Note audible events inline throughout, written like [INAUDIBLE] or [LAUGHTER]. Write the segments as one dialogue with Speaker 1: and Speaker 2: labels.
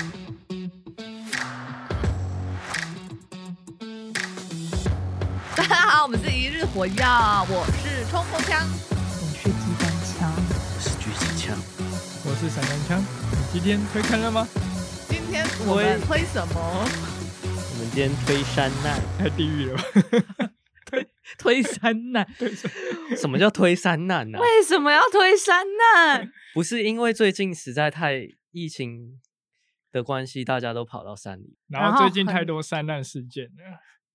Speaker 1: [LAUGHS] 好？我们是一日火药，我是冲锋枪，
Speaker 2: 我是机关枪，
Speaker 3: 我是狙击枪，
Speaker 4: 我是散弹枪。你今天推坑了吗？
Speaker 1: 今天我们推什么？
Speaker 3: 我们今天推山难，
Speaker 4: 太地狱了吧！
Speaker 3: [LAUGHS]
Speaker 2: 推山难，
Speaker 3: 什么叫推山难呢、啊？
Speaker 2: 为什么要推山
Speaker 1: [LAUGHS]
Speaker 2: 难？
Speaker 3: 不是因为最近实在太疫情的关系，大家都跑到山里。
Speaker 4: 然后最近太多山难事件了。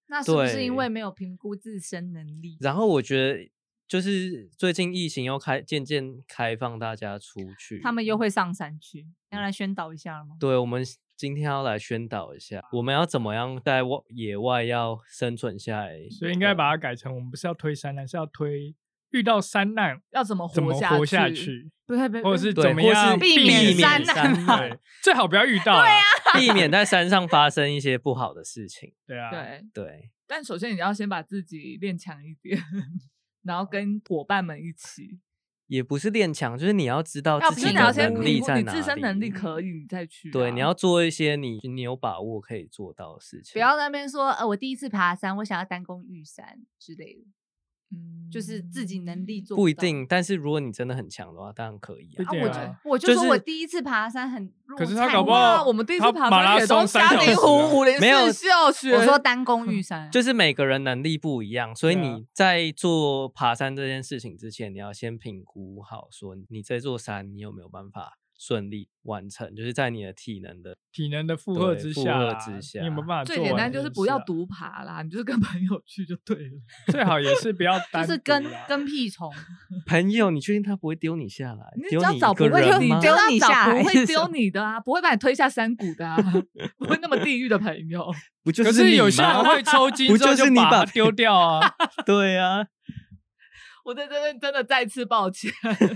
Speaker 2: 那是不是
Speaker 3: 对
Speaker 2: 因为没有评估自身能力？
Speaker 3: 然后我觉得，就是最近疫情又开渐渐开放大家出去，
Speaker 2: 他们又会上山去？要来宣导一下了吗？
Speaker 3: 对我们今天要来宣导一下，我们要怎么样在外野外要生存下来，
Speaker 4: 所以应该把它改成，我们不是要推山难，是要推遇到山难
Speaker 1: 要怎么
Speaker 4: 怎么
Speaker 1: 活下去？嗯
Speaker 4: 活下去，
Speaker 2: 不会，不会，
Speaker 4: 或者是
Speaker 3: 对
Speaker 4: 怎么样
Speaker 3: 或是避
Speaker 4: 免
Speaker 2: 免山
Speaker 3: 难嘛
Speaker 4: 对最好不要遇到。对啊，
Speaker 3: 避免在山上发生一些不好的事情。
Speaker 4: 对啊，
Speaker 1: 对，
Speaker 3: 对，
Speaker 1: 但首先你要先把自己练强一点， [LAUGHS] 然后跟伙伴们一起。
Speaker 3: 也不是练强，就是你要知道
Speaker 1: 要啊
Speaker 3: 自
Speaker 1: 不
Speaker 3: 己
Speaker 1: 是
Speaker 3: 的
Speaker 1: 你要先
Speaker 3: 能力
Speaker 1: 评估
Speaker 3: 在
Speaker 1: 你
Speaker 3: 哪里，
Speaker 1: 自身能力可以，你再去啊、
Speaker 3: 对，你要做一些你你有把握可以做到的事情。
Speaker 2: 不要在那边说，呃，我第一次爬山，我想要单攻玉山之类的，
Speaker 1: 嗯
Speaker 2: 就是自己能力做
Speaker 3: 不一
Speaker 2: 到。
Speaker 3: 定，但是如果你真的很强的话，当然可以
Speaker 4: 不一
Speaker 3: 啊。
Speaker 4: 定
Speaker 2: 我
Speaker 4: 啊
Speaker 2: 就我
Speaker 3: 就
Speaker 2: 就说
Speaker 3: 是
Speaker 2: 我第一次爬山很弱，
Speaker 4: 可是他搞不
Speaker 1: 哇，
Speaker 4: 好
Speaker 1: 我们第一次
Speaker 4: 他
Speaker 1: 爬
Speaker 4: 马
Speaker 1: 山
Speaker 4: 拉
Speaker 1: 也
Speaker 4: 松
Speaker 1: 都
Speaker 4: 三
Speaker 1: 嘉
Speaker 4: 小
Speaker 1: 陵
Speaker 4: 时啊
Speaker 1: 湖、武林
Speaker 3: 没有
Speaker 1: 四秀学，
Speaker 2: 我说单攻玉山，
Speaker 3: 就是每个人能力不一样，所以
Speaker 4: 对啊
Speaker 3: 你在做爬山这件事情之前，你要先评估好，说你这座山你有没有办法顺利完成，就是在你的体能的
Speaker 4: 体能的负荷
Speaker 3: 对
Speaker 4: 之
Speaker 3: 负
Speaker 4: 下
Speaker 3: 荷
Speaker 4: 啦，
Speaker 3: 之下
Speaker 4: 你有没有办法？
Speaker 1: 最简单就是不要，独爬啦，你就是跟朋友去就对了。
Speaker 4: 啊最好也是不要单
Speaker 2: 就是
Speaker 4: 独
Speaker 2: 跟
Speaker 4: 啦
Speaker 2: 跟屁虫，
Speaker 3: 朋友，你确定他不会丢你下来？
Speaker 1: 你只
Speaker 3: 丢
Speaker 1: 要
Speaker 3: 一
Speaker 1: 找
Speaker 3: 个
Speaker 1: 不会
Speaker 3: 人
Speaker 1: 你
Speaker 3: 吗？
Speaker 1: 只要
Speaker 2: 丢你
Speaker 1: 找
Speaker 2: 下来
Speaker 1: 不会
Speaker 2: 是
Speaker 1: 丢
Speaker 2: 什么
Speaker 1: 你的啊，不会把你推下山谷的啊，不会那么地狱的朋友。
Speaker 3: 不就
Speaker 4: 可
Speaker 3: 你
Speaker 4: 是有
Speaker 3: 吗
Speaker 4: 些人会抽筋，
Speaker 3: 不就是你
Speaker 4: 把它
Speaker 3: 把
Speaker 4: 丢掉啊？
Speaker 3: [LAUGHS] 对啊，
Speaker 1: 我真真真真的再次抱歉，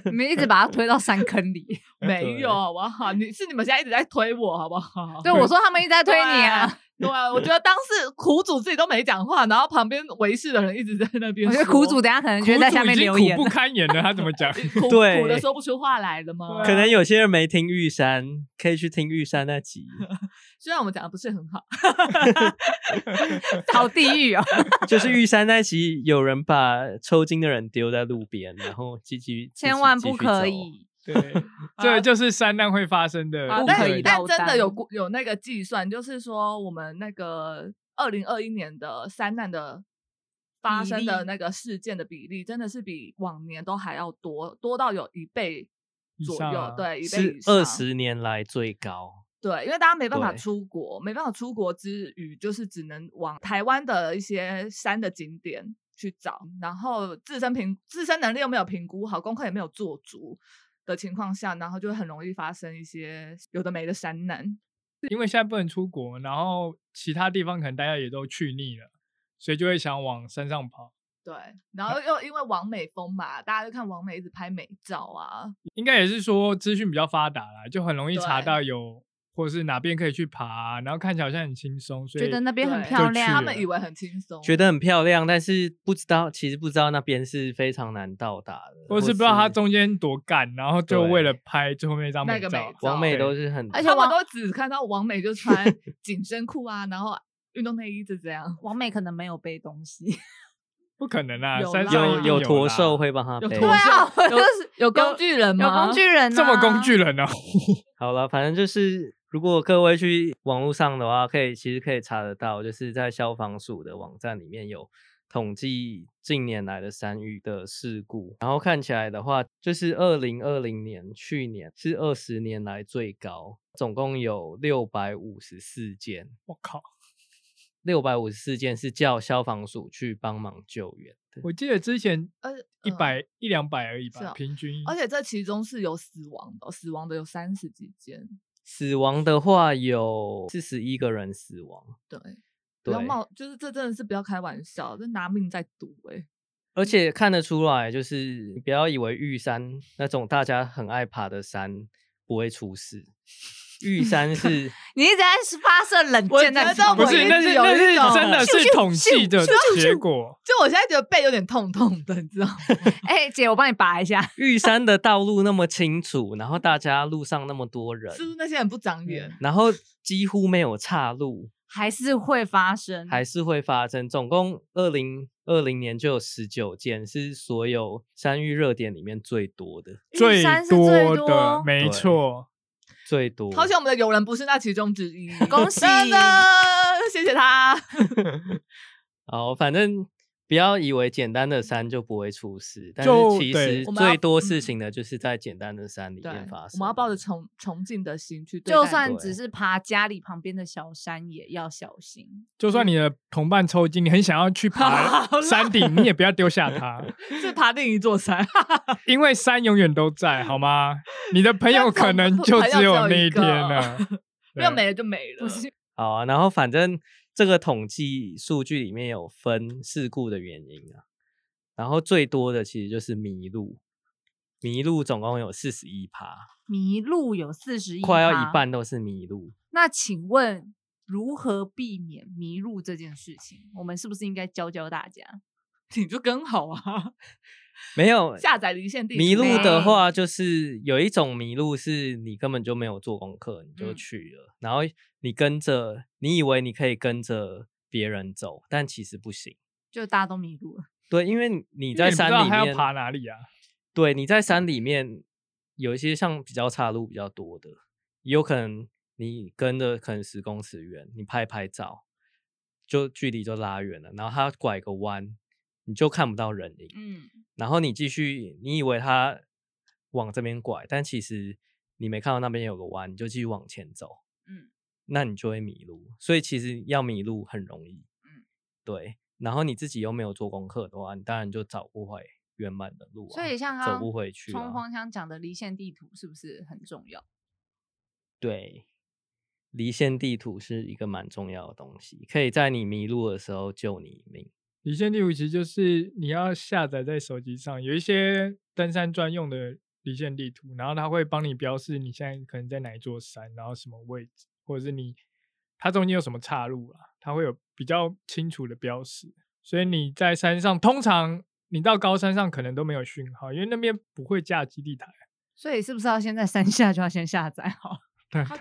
Speaker 2: 你们一直把它推到山坑里。
Speaker 1: 没有好不好？你是你们现在一直在推我好不好？
Speaker 2: [LAUGHS] 对，我说他们一直在推你啊，
Speaker 1: 对啊，我觉得当时苦主自己都没讲话，然后旁边围视的人一直在那边
Speaker 2: 我
Speaker 1: 说，
Speaker 2: 觉得苦主等一下可能就会在下面留言
Speaker 4: 苦主已经苦不堪言了，他怎么讲？
Speaker 1: 苦
Speaker 3: 对啊
Speaker 1: 苦的说不出话来了
Speaker 2: 啊
Speaker 1: 吗？
Speaker 3: 可能有些人没听玉山，可以去听玉山那
Speaker 2: [LAUGHS]
Speaker 3: 集。
Speaker 1: 虽然我们讲的不是很好，
Speaker 2: 好地狱哦。
Speaker 3: 就是玉山那集，有人把抽筋的人丢在路边，然后继
Speaker 2: [LAUGHS]
Speaker 3: 续
Speaker 2: [LAUGHS] 千万不可。以。
Speaker 4: 对，这就是山难会发继续走
Speaker 1: 啊
Speaker 4: 啊
Speaker 2: 不
Speaker 4: 对
Speaker 1: 但
Speaker 4: 这
Speaker 2: 可
Speaker 4: 就是山难会发生的。
Speaker 2: 以
Speaker 1: 但
Speaker 2: 落
Speaker 1: 真的
Speaker 2: 单
Speaker 1: 有估有那个计算，就是说我们那个二零二一年的三难的发
Speaker 2: 比
Speaker 1: 生的
Speaker 2: 例
Speaker 1: 那个事件的比例，真的是比往年都还要多，多到有一倍
Speaker 4: 以
Speaker 1: 左
Speaker 4: 上
Speaker 1: 右，
Speaker 4: 啊
Speaker 1: 对，一倍
Speaker 3: 是
Speaker 1: 以上
Speaker 3: 二，十年来最高，
Speaker 1: 对，因为大家没办法
Speaker 3: 对
Speaker 1: 出国，没办法出国之余，就是只能往台湾的一些山的景点去找，然后自身评自身能力又没有评估好，功课也没有做足。的情况下，然后就会很容易发生一些有的没的山难。
Speaker 4: 因为现在不能出国，然后其他地方可能大家也都去腻了，所以就会想往山上跑。
Speaker 1: 对，然后又因为王美风嘛，大家就看王美一直拍美照啊，
Speaker 4: 应该也是说资讯比较发达啦，就很容易查
Speaker 1: 对
Speaker 4: 到有或者是哪边可以去爬啊、然后看起来好像很轻松，所以
Speaker 2: 觉得那边很
Speaker 1: 对
Speaker 2: 漂
Speaker 4: 就去
Speaker 2: 亮，
Speaker 1: 他
Speaker 4: 了
Speaker 1: 们以为很轻松，
Speaker 3: 觉得很漂亮，但是不知道，其实不知道那边是非常难到达的，
Speaker 4: 或者是不知道他中间多干，然后就为了拍最后面一张
Speaker 1: 那
Speaker 4: 美
Speaker 1: 个
Speaker 4: 照
Speaker 1: 美，照
Speaker 3: 王美
Speaker 4: 对
Speaker 3: 都是很，
Speaker 2: 而且
Speaker 1: 他们
Speaker 2: 王
Speaker 1: 都只看到王美就穿紧身裤啊，然后运动内衣就这样。
Speaker 2: 王美可能没有背东西，
Speaker 4: 不可能啊，
Speaker 1: 有
Speaker 4: 山
Speaker 1: 啦
Speaker 4: 上一
Speaker 3: 有
Speaker 4: 定
Speaker 3: 有驼
Speaker 4: 啦
Speaker 3: 兽会帮他
Speaker 1: 有
Speaker 3: 背
Speaker 1: 驼。
Speaker 2: 对啊
Speaker 1: 兽
Speaker 2: 我就是
Speaker 1: 有有
Speaker 2: 有
Speaker 1: 工具人
Speaker 2: 有
Speaker 1: 吗？
Speaker 2: 工具人、啊，
Speaker 4: 这么工具人哦、
Speaker 3: 好了，反正就是如果各位去网络上的话，可以其实可以查得到，就是在消防署的网站里面有统计近年来的山域的事故，然后看起来的话，就是二零二零年去年是二十年来最高，总共有六百五十四件，
Speaker 4: 我靠！
Speaker 3: 六百五十四件是叫消防署去帮忙救援的。
Speaker 4: [LAUGHS] 我记得之前
Speaker 1: [LAUGHS] 呃
Speaker 4: 一
Speaker 1: 嗯
Speaker 4: 百一两百而已
Speaker 1: 是
Speaker 4: 吧，
Speaker 1: 哦
Speaker 4: 平均。
Speaker 1: 而且这其中是有死亡的哦，死亡的有三十几件。
Speaker 3: 死亡的话有四十一个人死亡，
Speaker 1: 对，不
Speaker 3: 对
Speaker 1: 要，冒，就是这真的是不要开玩笑，这拿命在赌哎、
Speaker 3: 而且看得出来，就是你不要以为玉山那种大家很爱爬的山不会出事，玉山是
Speaker 2: 你一直在发射冷
Speaker 1: 我
Speaker 2: 箭在
Speaker 1: 觉得
Speaker 2: 旁
Speaker 4: 不
Speaker 2: 边，
Speaker 1: 我
Speaker 4: 是，
Speaker 1: 一
Speaker 4: 那
Speaker 1: 直
Speaker 4: 是
Speaker 1: 有
Speaker 4: 那
Speaker 1: 一
Speaker 4: 是
Speaker 1: 种
Speaker 4: 真的
Speaker 2: 咻
Speaker 4: 是
Speaker 2: 咻
Speaker 4: 统计
Speaker 2: 咻
Speaker 4: 的
Speaker 2: 咻
Speaker 4: 结
Speaker 2: 咻
Speaker 4: 果。
Speaker 1: 就我现在觉得背有点痛痛的，你知道吗？
Speaker 2: [LAUGHS]
Speaker 1: [LAUGHS]
Speaker 2: 哎、姐，我帮你拔一下，
Speaker 3: 玉山的道路那么清楚，然后大家路上那么多人
Speaker 4: 嗯
Speaker 1: 是，不是那些人不长眼？
Speaker 3: 然后几乎没有岔路，
Speaker 2: 还是会发生，
Speaker 3: 还是会发生。总共二零二零年就有十九件，是所有山域热点里面最多的，
Speaker 2: 玉山是
Speaker 4: 多的
Speaker 2: 多，，
Speaker 4: 没
Speaker 3: 对
Speaker 4: 错，
Speaker 3: 最多。
Speaker 1: 好险我们的友人不是那其中之
Speaker 4: [LAUGHS]
Speaker 1: 一，
Speaker 2: 恭喜
Speaker 1: 真的谢谢他。
Speaker 3: 好，反正不要以为简单的山就不会出事，但是
Speaker 4: 就
Speaker 3: 其
Speaker 4: 对
Speaker 3: 实
Speaker 1: 我们要
Speaker 3: 最多
Speaker 1: 嗯
Speaker 3: 事情的就是在简单的山里
Speaker 1: 对，
Speaker 3: 面发
Speaker 1: 我
Speaker 3: 生。
Speaker 1: 们要抱着崇崇敬的心去对待，
Speaker 2: 就算只
Speaker 3: 对
Speaker 2: 是爬家里旁边的小山，也要小心。
Speaker 4: 就算你的同伴抽筋，你很想要去爬
Speaker 1: 好啦
Speaker 4: 山顶，你也不要丢下他，
Speaker 1: 是爬另一座
Speaker 4: [LAUGHS]
Speaker 1: 山，
Speaker 4: 因为山永远都在，好吗？你的朋友可能就
Speaker 1: 但是
Speaker 4: 只
Speaker 1: 我
Speaker 4: 有
Speaker 1: 们朋友只有
Speaker 4: 那
Speaker 1: 一
Speaker 4: 一
Speaker 1: 个，
Speaker 4: 天了
Speaker 1: 没有
Speaker 4: 对
Speaker 1: 没了就没了。
Speaker 3: 好啊，然后反正这个统计数据里面有分事故的原因啊，然后最多的其实就是迷路，迷路总共有四十一趴，
Speaker 2: 迷路有四十一，
Speaker 3: 快要一。半都是迷路。
Speaker 2: 那请问如何避免迷路这件事情？我们是不是应该教教大家？
Speaker 1: 你就跟好啊，
Speaker 3: 没有
Speaker 1: 下载离线地图
Speaker 3: 迷路的
Speaker 2: 呗
Speaker 3: 话，就是有一种迷路是你根本就没有做功课，你就
Speaker 1: 嗯
Speaker 3: 去了，然后你跟着，你以为你可以跟着别人走，但其实不行。
Speaker 2: 就大家都迷路了，
Speaker 3: 对，因为你
Speaker 4: 因
Speaker 3: 在
Speaker 4: 为你不
Speaker 3: 山
Speaker 4: 知道
Speaker 3: 里
Speaker 4: 他要
Speaker 3: 面
Speaker 4: 爬哪里啊？
Speaker 3: 对，你在山里面有一些像比较岔路比较多的，也有可能你跟着可能十公尺远，你拍拍照，就距离就拉远了，然后它拐个弯，你就看不到人影。
Speaker 2: 嗯，
Speaker 3: 然后你继续，你以为他往这边拐，但其实你没看到那边有个弯，你就继续往前走，
Speaker 2: 嗯，
Speaker 3: 那你就会迷路。所以其实要迷路很容易，
Speaker 2: 嗯，
Speaker 3: 对。然后你自己又没有做功课的话，你当然就找不回原本的路、啊，
Speaker 2: 所以像
Speaker 3: 走
Speaker 2: 刚
Speaker 3: 不回去、
Speaker 2: 冲
Speaker 3: 啊，
Speaker 2: 锋枪讲的离线地图是不是很重要？
Speaker 3: 对。离线地图是一个蛮重要的东西，可以在你迷路的时候救你一命。
Speaker 4: 离线地图其实就是你要下载在手机上，有一些登山专用的离线地图，然后它会帮你标示你现在可能在哪一座山，然后什么位置，或者是你它中间有什么岔路啊，它会有比较清楚的标识。所以你在山上，通常你到高山上可能都没有讯号，因为那边不会架基地台。
Speaker 2: 所以是不是要先在山下就要先下载好？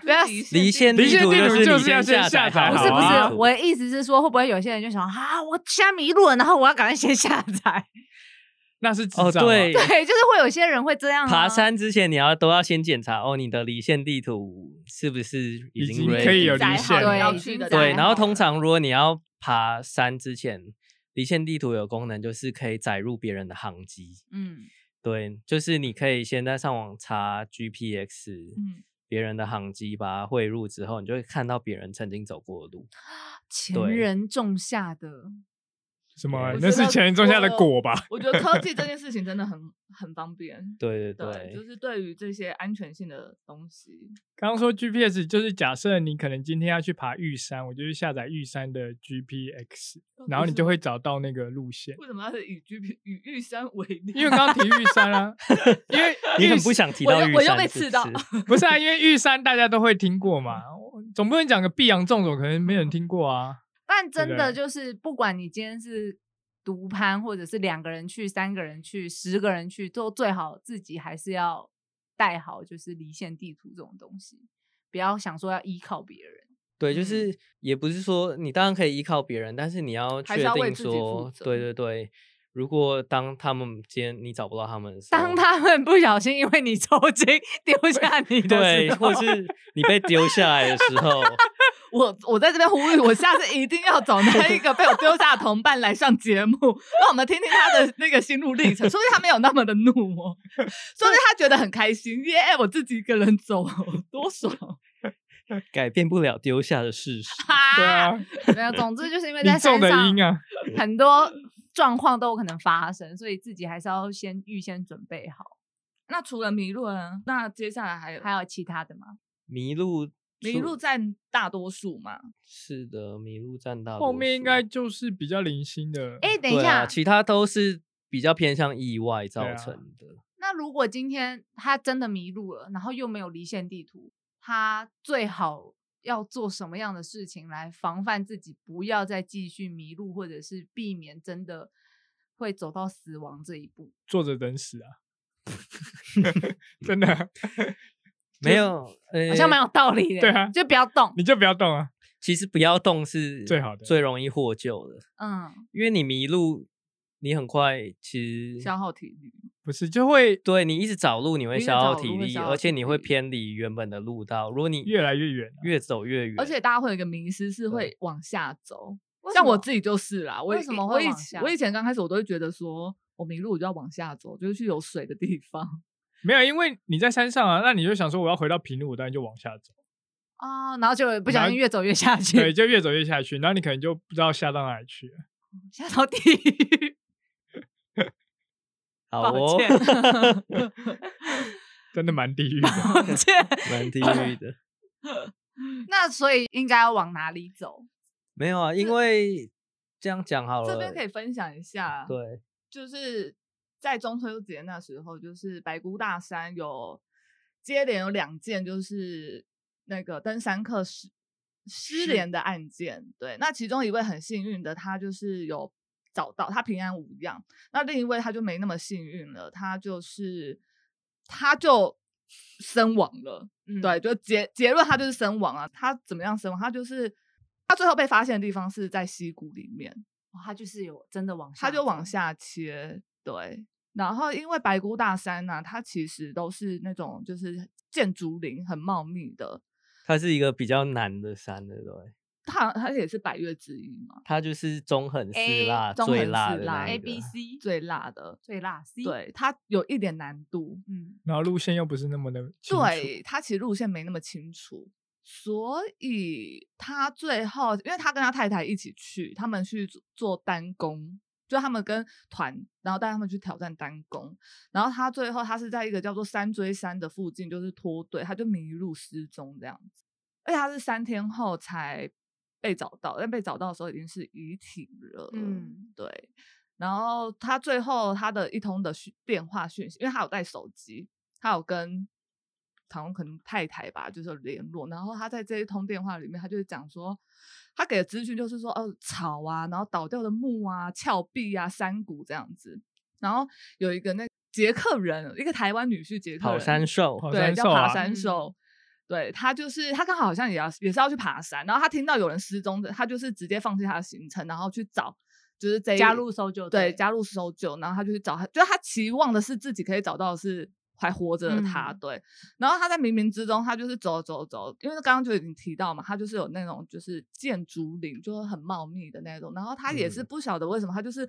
Speaker 1: 不要离
Speaker 3: 离线
Speaker 4: 离线
Speaker 3: 图
Speaker 4: 地
Speaker 3: 就
Speaker 4: 图
Speaker 3: 是
Speaker 4: 就
Speaker 3: 你
Speaker 4: 是要
Speaker 3: 先
Speaker 4: 先下载
Speaker 3: 载 [LAUGHS]
Speaker 2: 不
Speaker 3: 好
Speaker 2: 是不
Speaker 3: 地
Speaker 4: 啊
Speaker 2: 是，
Speaker 3: 图
Speaker 2: 我的意思是说，会不会有些人就想啊，我现在迷路了，然后我要赶快先下
Speaker 3: [LAUGHS]
Speaker 2: 载？
Speaker 4: 那是智障、啊
Speaker 3: 哦，对，
Speaker 2: 对，就是会有些人会
Speaker 1: 哦
Speaker 2: 这样、啊。
Speaker 3: 爬山之前，你要都要先检查哦，你的离线地图是不是已
Speaker 4: 已
Speaker 3: 经
Speaker 4: 经可以
Speaker 3: ready
Speaker 4: 有
Speaker 3: 了
Speaker 4: 离线
Speaker 1: 对，
Speaker 4: 对
Speaker 1: 要去的
Speaker 2: 载
Speaker 1: 载
Speaker 3: 对，然后
Speaker 1: 好
Speaker 3: 通
Speaker 1: 了
Speaker 3: 常如果你要爬山之前，离线地图有功能就是可以载入别人的航机。
Speaker 2: 嗯，
Speaker 3: 对，就是你可以先在上网查 GPX，
Speaker 1: 嗯
Speaker 3: 别人的航机把它汇入之后，你就会看到别人曾经走过的路。
Speaker 2: 前
Speaker 3: 对
Speaker 2: 人种下的，
Speaker 4: 什么啊
Speaker 3: 我？
Speaker 4: 那
Speaker 1: 觉
Speaker 4: 是
Speaker 1: 得
Speaker 4: 前人种下的
Speaker 1: 我
Speaker 4: 果吧？ [LAUGHS]
Speaker 1: 我觉得科技这件事情真的很很方便，
Speaker 3: 对对
Speaker 1: 对，就是对于这些安全性的东西，
Speaker 4: 刚刚说 GPS 就是假设你可能今天要去爬玉山，我就去下载玉山的 GPX，
Speaker 1: 哦
Speaker 4: 然后
Speaker 1: 不
Speaker 4: 你
Speaker 1: 是
Speaker 4: 就会找到那个路线。
Speaker 1: [LAUGHS] 为什么要是以 G P 以玉山为例？
Speaker 4: 因为刚刚提玉山啊，因为
Speaker 3: 你
Speaker 4: 玉
Speaker 3: 很
Speaker 4: 山
Speaker 3: 不想提
Speaker 1: 我
Speaker 3: 到
Speaker 1: 又
Speaker 3: 玉
Speaker 1: 我又
Speaker 3: 山
Speaker 1: 被
Speaker 3: 是
Speaker 1: 刺
Speaker 3: 不
Speaker 1: 到
Speaker 3: 是
Speaker 4: 不是啊，因为玉山大家都会听过嘛，我总不能讲个碧阳纵走，可能没人听过啊。
Speaker 2: 但真
Speaker 4: 对
Speaker 2: 的就是不管你今天是独攀，或者是两个人去、三个人去、十个人去，都最好自己还是要带好就是离线地图这种东西，不要想说要依靠别人。 [LAUGHS]
Speaker 3: 对，就
Speaker 1: 嗯
Speaker 3: 是也不是说你当然可以依靠别人，但是你要
Speaker 1: 还
Speaker 3: 确
Speaker 1: 是要为
Speaker 3: 定
Speaker 1: 自己负
Speaker 3: 说，
Speaker 1: 责
Speaker 3: 对对对，如果当他们今天你找不到他们的时候，
Speaker 2: 当他们不小心因为你抽筋
Speaker 3: [LAUGHS]
Speaker 2: 丢下你的
Speaker 3: 对
Speaker 2: 时，候
Speaker 3: 或，是你被丢下来的时候，
Speaker 1: 我我在这边呼吁，我下次一定要找那一个被我丢下的同伴来上节目， [LAUGHS] 让我们听听他的那个心路历程。说不定他没有那么的怒哦，说不定他觉得很开心，耶！我自己一个人走，多爽！
Speaker 3: 改变不了丢下的事实。
Speaker 4: 对
Speaker 1: 哈，
Speaker 4: 啊，
Speaker 2: [LAUGHS] 没有，总之就是因为
Speaker 4: 你
Speaker 2: 在
Speaker 4: 种
Speaker 2: 山
Speaker 4: 的
Speaker 2: 上
Speaker 4: 因啊，
Speaker 2: 很多状况都有可能发生，所以自己还是要先预先准备好。
Speaker 1: 那除了迷路呢？那接下来还有
Speaker 2: 还有其他的吗？
Speaker 3: 迷路，
Speaker 1: 迷路占大多数嘛？
Speaker 3: 是的，迷路占到
Speaker 4: 后面应该就是比较零星的。
Speaker 2: 哎、等一
Speaker 3: 对
Speaker 2: 下，
Speaker 3: 啊，其他都是比较偏向意外造
Speaker 4: 啊
Speaker 3: 成的。
Speaker 2: 那如果今天他真的迷路了，然后又没有离线地图，他最好要做什么样的事情来防范自己不要再继续迷路，或者是避免真的会走到死亡这一步？
Speaker 4: 坐着等死啊，真的，
Speaker 3: 没有，呃，
Speaker 2: 好像蛮有道理的，
Speaker 4: 对啊
Speaker 2: 就不要动
Speaker 4: 你。就不要动啊。
Speaker 3: 其实不要动是
Speaker 4: 最好的
Speaker 3: 最容易获救的，
Speaker 2: 嗯，
Speaker 3: 因为你迷路，你很快其实
Speaker 1: 消耗体
Speaker 4: [LAUGHS]
Speaker 1: 力。
Speaker 4: 不是就会
Speaker 3: 对你一直找路，你会
Speaker 1: 一直
Speaker 3: 消耗
Speaker 1: 找
Speaker 3: 体
Speaker 1: 路会
Speaker 3: 力，
Speaker 1: 消
Speaker 3: 而
Speaker 1: 耗
Speaker 3: 且
Speaker 1: 体
Speaker 3: 你会
Speaker 1: 力
Speaker 3: 偏离原本的路道。如果你
Speaker 4: 越来越远啊
Speaker 3: 越走越远，
Speaker 1: 而且大家会有一个迷失，是
Speaker 3: 对
Speaker 1: 会往下走。
Speaker 2: 为
Speaker 1: 像
Speaker 2: 什
Speaker 1: 我
Speaker 2: 么
Speaker 1: 自己就是啦，我
Speaker 2: 为
Speaker 1: 以
Speaker 2: 什么
Speaker 1: 我
Speaker 2: 会
Speaker 1: 以
Speaker 2: 往
Speaker 1: 前
Speaker 2: 下
Speaker 1: 我以前刚开始我都会觉得说，我迷路我就要往下走，就是去有水的地
Speaker 4: [LAUGHS]
Speaker 1: 方。
Speaker 4: 没有，因为你在山上啊，那你就想说我要回到平路，我当然就往下走，
Speaker 2: 哦，然后就不
Speaker 4: 然
Speaker 2: 小
Speaker 4: 后
Speaker 2: 心越走越下去，
Speaker 4: 对，就越走越下去，然后你可能就不知道下到哪里去了。
Speaker 2: 下到地狱。 [LAUGHS]
Speaker 3: 好
Speaker 2: 抱
Speaker 3: 哦，
Speaker 2: 歉，
Speaker 4: 真的蛮地狱的。
Speaker 2: 抱歉。
Speaker 1: [LAUGHS]
Speaker 3: 蛮地狱的。
Speaker 2: 那所以应该要往哪里走？
Speaker 3: 没有啊，因为这样讲好了，
Speaker 1: 这边可以分享一下，
Speaker 3: 对，
Speaker 1: 就是在中秋节那时候，就是白姑大山有接连有两件，就是那个登山客失失
Speaker 2: 失
Speaker 1: 联的案件。对，那其中一位很幸运的，他就是有找到，他平安无恙。那另一位他就没那么幸运了，他就是他就身亡了。
Speaker 2: 嗯
Speaker 1: 对，，就结结论，他就是身亡啊。他怎么样身亡？他就是他最后被发现的地方是在溪谷里面。
Speaker 2: 哦他就是有真的往下，
Speaker 1: 它就往。下切，对。然后因为白姑大山呢、它其实都是那种就是建竹林很茂密的，
Speaker 3: 它是一个比较难的山的，对，
Speaker 1: 它好像它也是百越之一嘛，
Speaker 3: 它就是中横四
Speaker 2: A-
Speaker 3: 辣
Speaker 1: 中
Speaker 3: 最
Speaker 1: 横
Speaker 3: 辣
Speaker 1: 四
Speaker 3: 的
Speaker 1: 辣
Speaker 3: 那
Speaker 2: A
Speaker 3: 一
Speaker 2: B
Speaker 3: 个。
Speaker 2: C
Speaker 1: 最辣的。
Speaker 2: 最辣 C，，
Speaker 1: 对，它有一点难度，
Speaker 2: 嗯，
Speaker 4: 然后路线又不是那么的清楚，
Speaker 1: 对，它其实路线没那么清楚，所以他最后，因为他跟他太太一起去，他们去做做单工，就他们跟团，然后带他们去挑战单工，然后他最后他是在一个叫做三锥山的附近，就是脱队，他就迷路失踪这样子，而且他是三天后才被找到，但被找到的时候已经是遗体了，
Speaker 2: 嗯，
Speaker 1: 对。然后他最后他的一通的讯电话讯息，因为他有带手机，他有跟唐龙可能太太吧，就是有联络。然后他在这一通电话里面，他就是讲说，他给的资讯就是说，哦，草啊，然后倒掉的木啊、峭壁啊、山谷这样子。然后有一个那捷克人，一个台湾女婿，捷克
Speaker 3: 跑
Speaker 1: 人
Speaker 3: 山兽，
Speaker 4: 跑
Speaker 1: 对，
Speaker 4: 山
Speaker 1: 叫
Speaker 4: 兽
Speaker 1: 爬
Speaker 4: 啊
Speaker 1: 山
Speaker 2: 嗯
Speaker 1: 兽。对他就是他刚好好像也要也是要去爬山，然后他听到有人失踪的，他就是直接放弃他的行程，然后去找就是这一
Speaker 2: 加入搜救
Speaker 1: 对
Speaker 2: 队，
Speaker 1: 加入搜救，然后他就去找他，就他期望的是自己可以找到的是还活着的他，
Speaker 2: 嗯
Speaker 1: 对。然后他在冥冥之中，他就是走走走，因为刚刚就已经提到嘛，他就是有那种就是建竹林，就是很茂密的那种。然后他也是
Speaker 3: 嗯
Speaker 1: 不晓得为什么，他就是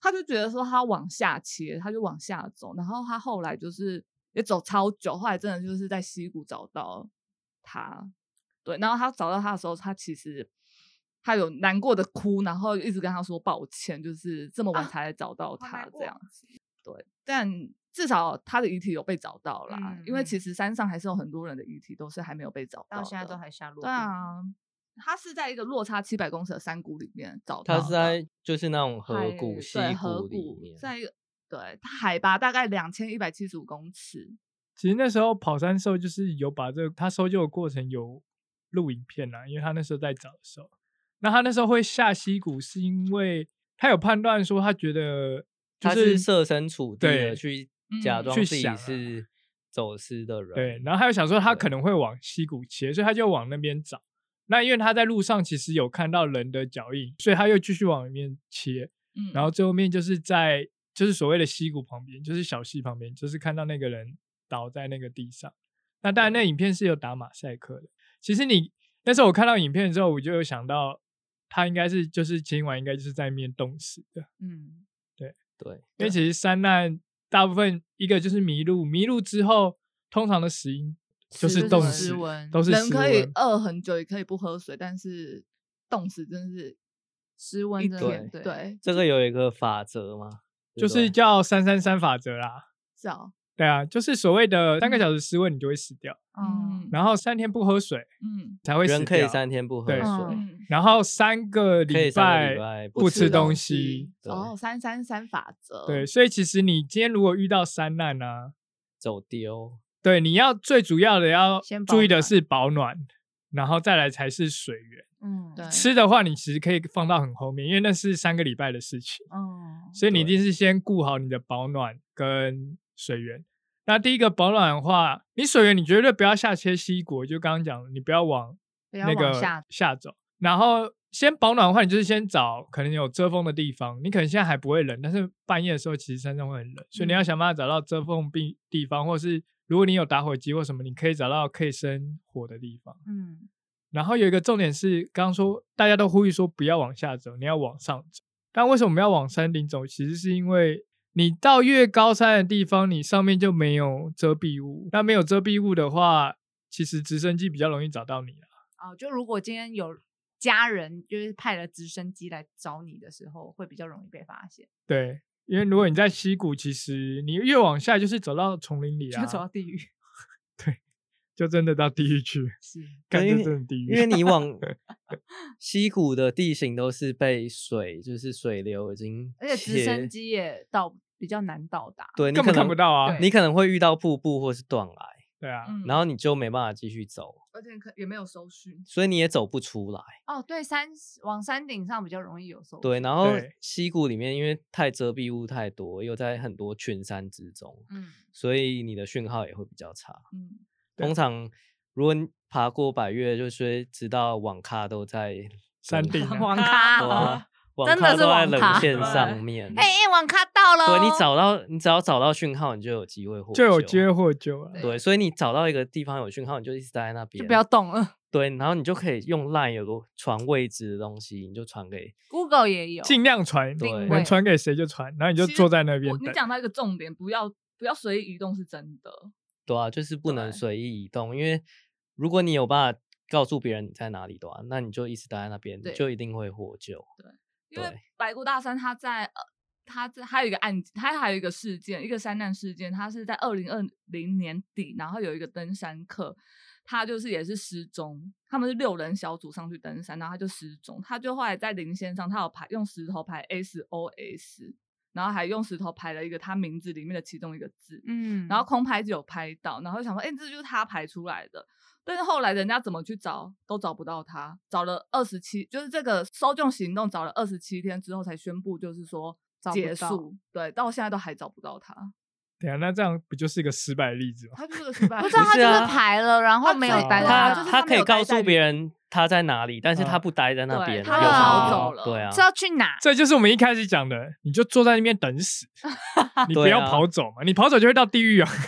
Speaker 1: 他就觉得说他往下切，他就往下走，然后他后来就是也走超久，后来真的就是在溪谷找到他，对，然后他找到他的时候，他其实他有难过的哭，然后一直跟他说抱歉，就是这么晚
Speaker 2: 啊
Speaker 1: 才来找到
Speaker 2: 难
Speaker 1: 他这
Speaker 2: 过
Speaker 1: 样子。对，但至少他的遗体有被找到啦，因为
Speaker 2: 嗯
Speaker 1: 其实山上还是有很多人的遗体都是还没有被找
Speaker 2: 到现在
Speaker 1: 的
Speaker 2: 都还下落。
Speaker 1: 对，啊。他是在一个落差七百公尺的山谷里面找到
Speaker 3: 它
Speaker 1: 的，
Speaker 3: 是在就是那种河
Speaker 1: 海
Speaker 3: 谷、溪
Speaker 1: 对河
Speaker 3: 里
Speaker 1: 谷
Speaker 3: 面，，
Speaker 1: 在一个对它海拔大概两千一百七十五公尺，
Speaker 4: 其实那时候跑山兽就是有把这个他搜救的过程有录影片啊啦，因为他那时候在找的时候，那他那时候会下溪谷是因为他有判断说他觉得就
Speaker 3: 它是设身处地的
Speaker 4: 对
Speaker 3: 去假
Speaker 1: 嗯
Speaker 3: 装
Speaker 4: 去
Speaker 3: 自己
Speaker 4: 想啊
Speaker 3: 是走失的人。
Speaker 4: 对，然后他又想说他
Speaker 3: 对
Speaker 4: 可能会往溪谷切，所以他就往那边找。那因为他在路上其实有看到人的脚印，所以他又继续往里面切，
Speaker 1: 嗯，
Speaker 4: 然后最后面就是在就是所谓的溪谷旁边，就是小溪旁边，就是看到那个人倒在那个地上。那当然，那影片是有打马赛克的。其实你那时候我看到影片之后，我就有想到他应该是就是今晚应该就是在面冻死的，
Speaker 2: 嗯，
Speaker 3: 对，
Speaker 4: 因为其实山难大部分一个就是迷路，迷路之后通常的死因就
Speaker 1: 就是是
Speaker 4: 冻
Speaker 1: 失
Speaker 4: 死，
Speaker 2: 温
Speaker 4: 都是
Speaker 1: 人
Speaker 4: 湿
Speaker 1: 可以
Speaker 4: 温
Speaker 1: 饿很久，也可以不喝水，但是冻死真是
Speaker 2: 失温
Speaker 1: 一
Speaker 2: 真的
Speaker 1: 天。
Speaker 3: 对
Speaker 1: 对，
Speaker 3: 这个有一个法则嘛，对
Speaker 4: 就
Speaker 3: 不
Speaker 4: 是
Speaker 3: 对
Speaker 4: 叫三三三法则啦。
Speaker 1: 是哦，
Speaker 4: 对啊，就是所谓的三个小时失温你就会死掉，
Speaker 2: 嗯
Speaker 1: 嗯
Speaker 4: 然后三天不喝水
Speaker 1: 嗯
Speaker 4: 才会死
Speaker 3: 人可以
Speaker 4: 掉，
Speaker 3: 三天不喝
Speaker 4: 对
Speaker 3: 水，
Speaker 1: 嗯，
Speaker 4: 然后三个
Speaker 3: 可以
Speaker 4: 礼
Speaker 3: 三个
Speaker 4: 拜
Speaker 3: 礼拜
Speaker 4: 不吃
Speaker 3: 吃
Speaker 4: 东
Speaker 3: 西。
Speaker 4: 西
Speaker 3: 对
Speaker 1: 哦，三三三法则，
Speaker 4: 对，，
Speaker 2: 嗯
Speaker 4: 所以其实你今天如果遇到山难啊，
Speaker 3: 走丢，
Speaker 4: 对，你要最主要的要
Speaker 2: 先保
Speaker 4: 注意的
Speaker 2: 暖
Speaker 4: 是保暖，然后再来才是水源。
Speaker 2: 嗯，
Speaker 1: 对
Speaker 4: 吃的话，你其实可以放到很后面，因为那是三个礼拜的事情，
Speaker 2: 嗯，
Speaker 4: 所以你一
Speaker 3: 对
Speaker 4: 定是先顾好你的保暖跟水源。那第一个保暖的话，你水源你绝对不要下切西国，就刚刚讲的，你不要往
Speaker 2: 不要
Speaker 4: 那
Speaker 2: 往
Speaker 4: 个
Speaker 2: 下，
Speaker 4: 下走，然后先保暖的话，你就是先找可能有遮风的地方。你可能现在还不会冷，但是半夜的时候其实山上会很冷，所以
Speaker 2: 嗯
Speaker 4: 你要想办法找到遮风地地方，或是如果你有打火机或什么，你可以找到可以生火的地方。
Speaker 2: 嗯，
Speaker 4: 然后有一个重点是，刚刚说大家都呼吁说不要往下走，你要往上走。但为什么我们要往山顶走？其实是因为你到越高山的地方，你上面就没有遮蔽物。那没有遮蔽物的话，其实直升机比较容易找到你啊。
Speaker 2: 哦，就如果今天有家人就是派了直升机来找你的时候，会比较容易被发现，
Speaker 4: 对，因为如果你在溪谷，其实你越往下就是走到丛林里啊，
Speaker 2: 就走到地狱。
Speaker 4: 就真的到地狱去，
Speaker 2: 是，
Speaker 4: 感
Speaker 3: 对
Speaker 4: 觉
Speaker 3: 因为
Speaker 4: 真的地狱。
Speaker 3: 因为你
Speaker 4: [LAUGHS]
Speaker 3: 往溪谷的地形都是被水，就是水流已经切，
Speaker 2: 而且直升机也到比较难到达。
Speaker 3: 对你
Speaker 4: 根
Speaker 3: 可
Speaker 4: 本看
Speaker 3: 能
Speaker 4: 不到啊
Speaker 2: 对，
Speaker 3: 你可能会遇到瀑布或是断崖，
Speaker 4: 对啊，
Speaker 1: 嗯
Speaker 3: 然后你就没办法继续走，
Speaker 1: 而且可也没有搜寻，
Speaker 3: 所以你也走不出来。
Speaker 2: 哦，对，山往山顶上比较容易有搜。
Speaker 3: 对，，然后
Speaker 4: 对
Speaker 3: 溪谷里面因为太遮蔽物太多，又在很多群山之中，
Speaker 2: 嗯，
Speaker 3: 所以你的讯号也会比较差。
Speaker 1: 嗯，
Speaker 4: 对
Speaker 3: 通常如果你爬过百越，就是知道网咖都在
Speaker 4: [LAUGHS] 山
Speaker 3: 冷
Speaker 4: 顶啊
Speaker 2: [LAUGHS] 网
Speaker 3: [LAUGHS]
Speaker 1: 咖
Speaker 2: 咖，哦
Speaker 3: 哇，网
Speaker 2: 真的
Speaker 3: 咖
Speaker 2: 是
Speaker 3: 都在
Speaker 2: 网咖
Speaker 3: 冷线
Speaker 1: 对
Speaker 2: [LAUGHS]
Speaker 3: 上面。
Speaker 2: 哎哎，网咖到了，哦
Speaker 3: 对你找到，你只要找到讯号，你就有机会获
Speaker 4: 就有
Speaker 3: 机
Speaker 4: 机会获救啊。
Speaker 3: 对，所以你找到一个地方有讯号，你就一直待在那边，
Speaker 2: 就不要动了。
Speaker 3: 对，然后你就可以用 LINE 有个传位置的东西，你就传给
Speaker 2: Google 也有，
Speaker 4: 尽量传，
Speaker 3: 对
Speaker 4: 能传给谁就传，然后你就
Speaker 1: 其实
Speaker 4: 坐在那边
Speaker 1: 我你
Speaker 4: 等。
Speaker 1: 讲到一个重点，不要不要随意移动是真的，
Speaker 3: 对啊，就是不能
Speaker 1: 对
Speaker 3: 随意移动，因为如果你有办法告诉别人你在哪里的话，那你就一直待在那边，你
Speaker 1: 对
Speaker 3: 就一定会获救。
Speaker 1: 因为
Speaker 3: 对
Speaker 1: 白骨大山它在呃，它在还有一个案，它还有一个事件，一个山难事件，它是在二零二零年底，然后有一个登山客，他就是也是失踪，他们是六人小组上去登山，然后他就失踪，他就后来在林线上，他有排用石头排 S O S，然后还用石头排了一个他名字里面的其中一个字，
Speaker 2: 嗯，
Speaker 1: 然后空拍就有拍到，然后想说，哎、这就是他排出来的。但是后来人家怎么去找都找不到他，找了二十七，就是这个搜救行动找了二十七天之后才宣布，就是说
Speaker 2: 找不
Speaker 1: 结
Speaker 2: 到
Speaker 1: 束。对，到现在都还找不到他，
Speaker 4: 等一下，那这样不就是一个失败的例子吗？
Speaker 1: 他就是个失败。
Speaker 2: 不知道
Speaker 3: 不
Speaker 2: 他
Speaker 3: 是
Speaker 2: 就
Speaker 3: 啊
Speaker 2: 是排了，然后
Speaker 1: 他
Speaker 2: 没有
Speaker 1: 最
Speaker 2: 待
Speaker 1: 对
Speaker 2: 在
Speaker 1: 啊就是
Speaker 3: 他
Speaker 2: 那里
Speaker 1: 他
Speaker 3: 他可
Speaker 1: 没
Speaker 3: 以
Speaker 1: 有待在
Speaker 3: 告诉
Speaker 1: 里
Speaker 3: 别人他在哪里，但是他
Speaker 4: 嗯
Speaker 3: 不待在那
Speaker 1: 对
Speaker 3: 边，
Speaker 1: 他
Speaker 3: 有
Speaker 2: 就
Speaker 3: 什么
Speaker 2: 跑
Speaker 1: 走
Speaker 3: 用
Speaker 1: 了
Speaker 3: 对啊
Speaker 2: 是，要去哪？
Speaker 4: 这就是我们一开始讲的，你就坐在那边等
Speaker 3: [LAUGHS]
Speaker 4: 死，你不
Speaker 3: 对
Speaker 4: 要
Speaker 3: 啊
Speaker 4: 跑走嘛，你跑走就会到地狱啊！ [LAUGHS]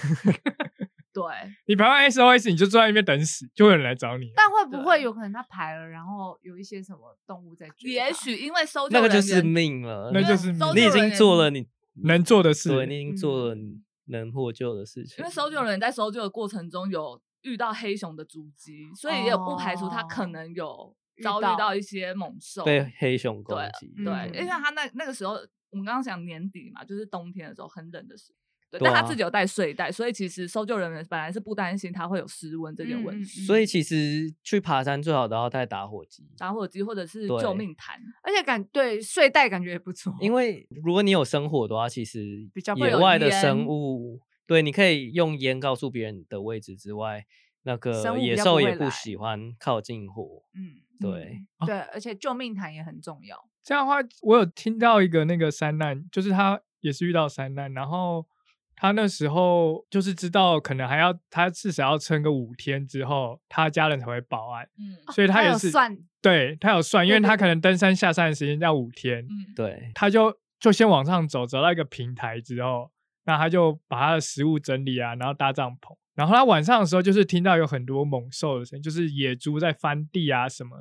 Speaker 1: 对，
Speaker 4: 你排完 SOS，你就坐在那边等死，就会有人来找你啊。
Speaker 2: 但会不会
Speaker 1: 对
Speaker 2: 有可能他排了，然后有一些什么动物在追他？
Speaker 1: 也许因为搜救
Speaker 3: [LAUGHS] 那个就
Speaker 1: 人
Speaker 3: 是
Speaker 1: 员
Speaker 3: 命了，
Speaker 4: 那
Speaker 1: 因
Speaker 4: 就
Speaker 1: 为
Speaker 4: 是
Speaker 1: 搜救
Speaker 4: 命
Speaker 3: 你已
Speaker 1: 人
Speaker 3: 经
Speaker 1: 员
Speaker 3: 做了你
Speaker 4: 能做的事，
Speaker 3: 嗯对你已经做了
Speaker 2: 嗯
Speaker 3: 你能获救的事情。
Speaker 1: 因为搜救人员在搜救的过程中有遇到黑熊的足迹，所以也不排除他可
Speaker 2: 哦
Speaker 1: 能有
Speaker 2: 遇
Speaker 1: 遭遇
Speaker 2: 到
Speaker 1: 到一些猛兽。
Speaker 3: 被黑熊攻
Speaker 1: 对啊
Speaker 3: 击，
Speaker 1: 对，
Speaker 2: 嗯
Speaker 1: 因为他那那个时候，我们刚刚讲年底嘛，就是冬天的时候很冷的时候。对，
Speaker 3: 对
Speaker 1: 但他
Speaker 3: 啊
Speaker 1: 自己有带睡袋，所以其实搜救人员本来是不担心他会有失温这件问
Speaker 2: 嗯嗯
Speaker 1: 题，
Speaker 2: 嗯
Speaker 3: 所以其实去爬山最好都要带打火机，
Speaker 1: 打火机或者是
Speaker 3: 对
Speaker 1: 救命毯，
Speaker 2: 而且感对睡袋感觉也不错，
Speaker 3: 因为如果你有生火的话，其实
Speaker 2: 比较不会
Speaker 3: 野
Speaker 2: 有
Speaker 3: 外的
Speaker 1: 烟
Speaker 3: 生物，对，你可以用烟告诉别人你的位置之外，那
Speaker 2: 生
Speaker 3: 个
Speaker 2: 物比
Speaker 3: 野
Speaker 2: 较
Speaker 3: 兽
Speaker 2: 不
Speaker 3: 也
Speaker 2: 会
Speaker 3: 不
Speaker 2: 来
Speaker 3: 喜欢靠近火。
Speaker 2: 嗯，
Speaker 3: 对
Speaker 2: 嗯对，而且救命毯也很重要。
Speaker 4: 这样的话，我有听到一个那个山难，就是他也是遇到山难，然后他那时候就是知道可能还要他至少要撑个五天之后，他家人才会报案，
Speaker 1: 嗯
Speaker 4: 所以他也
Speaker 2: 哦有
Speaker 4: 是、
Speaker 2: 算
Speaker 4: 对他有算，因为
Speaker 2: 对对
Speaker 4: 他可能登山下山的时间要五天，
Speaker 1: 嗯，
Speaker 3: 对，
Speaker 4: 他就就先往上走，走到一个平台之后，那他就把他的食物整理啊，然后搭帐篷。然后他晚上的时候，就是听到有很多猛兽的声音，就是野猪在翻地啊什么，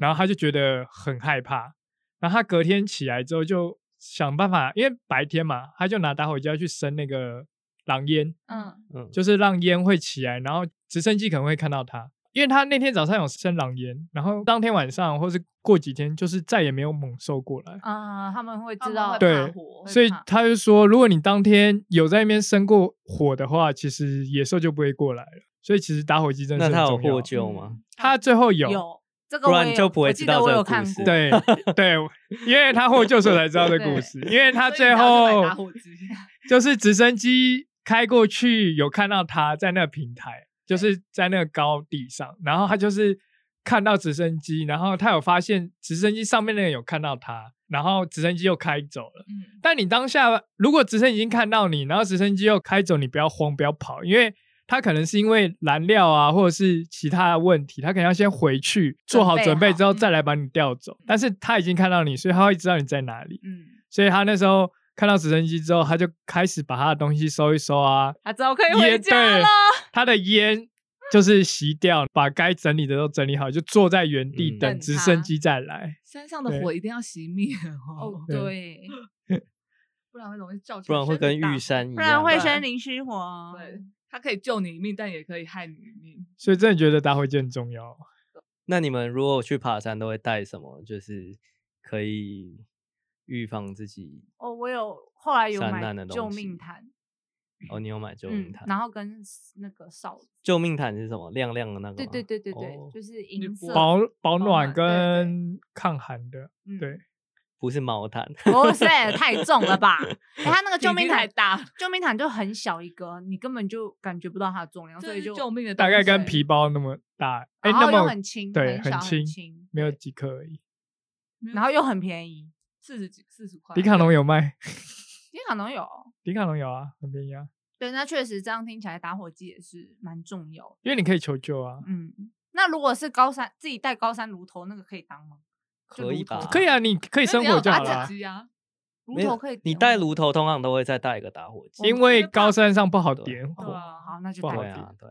Speaker 4: 然后他就觉得很害怕。然后他隔天起来之后，就想办法，因为白天嘛，他就拿打火机要去生那个狼烟，
Speaker 2: 嗯
Speaker 3: 嗯，
Speaker 4: 就是让烟会起来，然后直升机可能会看到他，因为他那天早上有生狼烟，然后当天晚上或是过几天，就是再也没有猛兽过来。
Speaker 2: 啊、他们会
Speaker 1: 他
Speaker 2: 知
Speaker 1: 们
Speaker 2: 道
Speaker 1: 会
Speaker 4: 对
Speaker 1: 怕火
Speaker 2: 会
Speaker 4: 所以
Speaker 2: 怕
Speaker 4: 他就说，如果你当天有在那边生过火的话，其实野兽就不会过来了。所以其实打火机真的
Speaker 3: 那
Speaker 4: 是
Speaker 3: 他
Speaker 4: 很
Speaker 3: 有
Speaker 4: 重要
Speaker 3: 获。救吗？
Speaker 2: 嗯
Speaker 4: 他最后有，
Speaker 2: 有这个
Speaker 3: 不
Speaker 2: 我也有，
Speaker 3: 然就不
Speaker 2: 我
Speaker 3: 会
Speaker 2: 记
Speaker 3: 知
Speaker 2: 得
Speaker 3: 道
Speaker 2: 我
Speaker 3: 这
Speaker 2: 有
Speaker 3: 个
Speaker 2: 看
Speaker 3: 故事
Speaker 2: 过。
Speaker 1: [LAUGHS]
Speaker 4: 对对，因为他获救所以才知道这故事。因为他
Speaker 1: 所以你
Speaker 4: 最
Speaker 1: 要去买
Speaker 4: 后
Speaker 1: 打火机，
Speaker 4: 就是直升机开过去，有看到他在那个平台，就是在那个高地上，然后他就是看到直升机，然后他有发现直升机上面那个有看到他，然后直升机又开走了。
Speaker 1: 嗯，
Speaker 4: 但你当下如果直升已经看到你，然后直升机又开走，你不要慌，不要跑，因为他可能是因为燃料啊，或者是其他的问题，他可能要先回去做好准备之
Speaker 1: 嗯
Speaker 4: 后
Speaker 2: 准备好
Speaker 4: 再来把你调走。但是他已经看到你，所以他会知道你在哪里。
Speaker 2: 嗯，
Speaker 4: 所以他那时候看到直升机之后，他就开始把他的东西收一收啊，
Speaker 2: 啊，早可以回
Speaker 4: 烟
Speaker 2: 家
Speaker 4: 对
Speaker 2: 了。，
Speaker 4: 他的烟就是吸掉，把该整理的都整理好，就坐在原地
Speaker 3: 嗯
Speaker 4: 等
Speaker 2: 等
Speaker 4: 直
Speaker 2: 他
Speaker 4: 升机再来。
Speaker 1: 山上的
Speaker 4: 对
Speaker 1: 火一定要熄灭
Speaker 3: [LAUGHS]
Speaker 1: 哦 [LAUGHS]
Speaker 2: 哦，
Speaker 4: 对
Speaker 2: 对，
Speaker 1: 不然会容易造成，
Speaker 3: 不然会跟玉，山一样，
Speaker 2: 不然会
Speaker 1: 对
Speaker 2: 生灵失
Speaker 3: [LAUGHS]
Speaker 2: 火。啊
Speaker 1: 对，它可以救你一命，但也可以害你一命。
Speaker 4: 所以真的觉得打火机很重要。
Speaker 3: 那你们如果去爬山都会带什么？就是可以预防自己
Speaker 2: 哦，我有后来有
Speaker 3: 山
Speaker 2: 买
Speaker 3: 难的东
Speaker 2: 救
Speaker 3: 西
Speaker 2: 命毯，
Speaker 3: 哦。你有买救命
Speaker 2: 嗯
Speaker 3: 毯？，
Speaker 2: 然后跟 s- 那个哨子，
Speaker 3: 救命毯是什么？亮亮的那个吗？
Speaker 2: 对对对对对
Speaker 3: 哦，
Speaker 2: 就是银色
Speaker 4: 保
Speaker 2: 保
Speaker 4: 保暖
Speaker 2: 暖对对
Speaker 4: 跟抗寒的，
Speaker 2: 嗯
Speaker 4: 对，
Speaker 3: 不是毛毯。
Speaker 2: [LAUGHS] 不是太重了吧？哎，它那个
Speaker 1: 体
Speaker 2: 救命
Speaker 1: 积
Speaker 2: 毯
Speaker 1: 太大了，
Speaker 2: 救命毯就很小一个，你根本就感觉不到它的重量，所
Speaker 1: 这
Speaker 2: 以
Speaker 1: 是
Speaker 2: 就
Speaker 1: 救命的东
Speaker 4: 大
Speaker 1: 西，
Speaker 4: 概跟皮包那么大，哎，
Speaker 2: 然后
Speaker 4: 那
Speaker 2: 又
Speaker 4: 么
Speaker 2: 很轻，
Speaker 4: 对，
Speaker 2: 很小
Speaker 4: 轻，
Speaker 2: 轻，
Speaker 4: 没有
Speaker 2: 对，
Speaker 4: 几克而已。
Speaker 1: 没有，
Speaker 2: 然后又很便宜，
Speaker 1: 四十几四十块，
Speaker 4: 迪卡侬有卖， [LAUGHS]
Speaker 2: 迪卡侬有。
Speaker 4: 迪卡侬有啊，很便宜啊，
Speaker 2: 对，那确实这样听起来打火机也是蛮重要的。
Speaker 4: 因为你可以求救啊，
Speaker 2: 嗯，那如果是高山自己带高山炉头，那个可以当吗？就
Speaker 3: 可以
Speaker 2: 炉头
Speaker 3: 吧
Speaker 4: 可以啊，你可以
Speaker 1: 那
Speaker 4: 生
Speaker 1: 你要
Speaker 4: 火
Speaker 1: 有
Speaker 4: 就
Speaker 1: 打
Speaker 4: 好
Speaker 1: 火
Speaker 4: 了啊，
Speaker 1: 机啊，
Speaker 2: 炉
Speaker 3: 没有
Speaker 2: 头可以点吗，
Speaker 3: 你带炉头通常都会再带一个打火机。
Speaker 4: 因为
Speaker 1: 怕
Speaker 4: 高山上不好
Speaker 3: 对
Speaker 4: 点
Speaker 2: 对
Speaker 4: 火，
Speaker 2: 啊，好，那就
Speaker 4: 不
Speaker 2: 带
Speaker 4: 好
Speaker 3: 对
Speaker 2: 着
Speaker 3: 啊，对啊，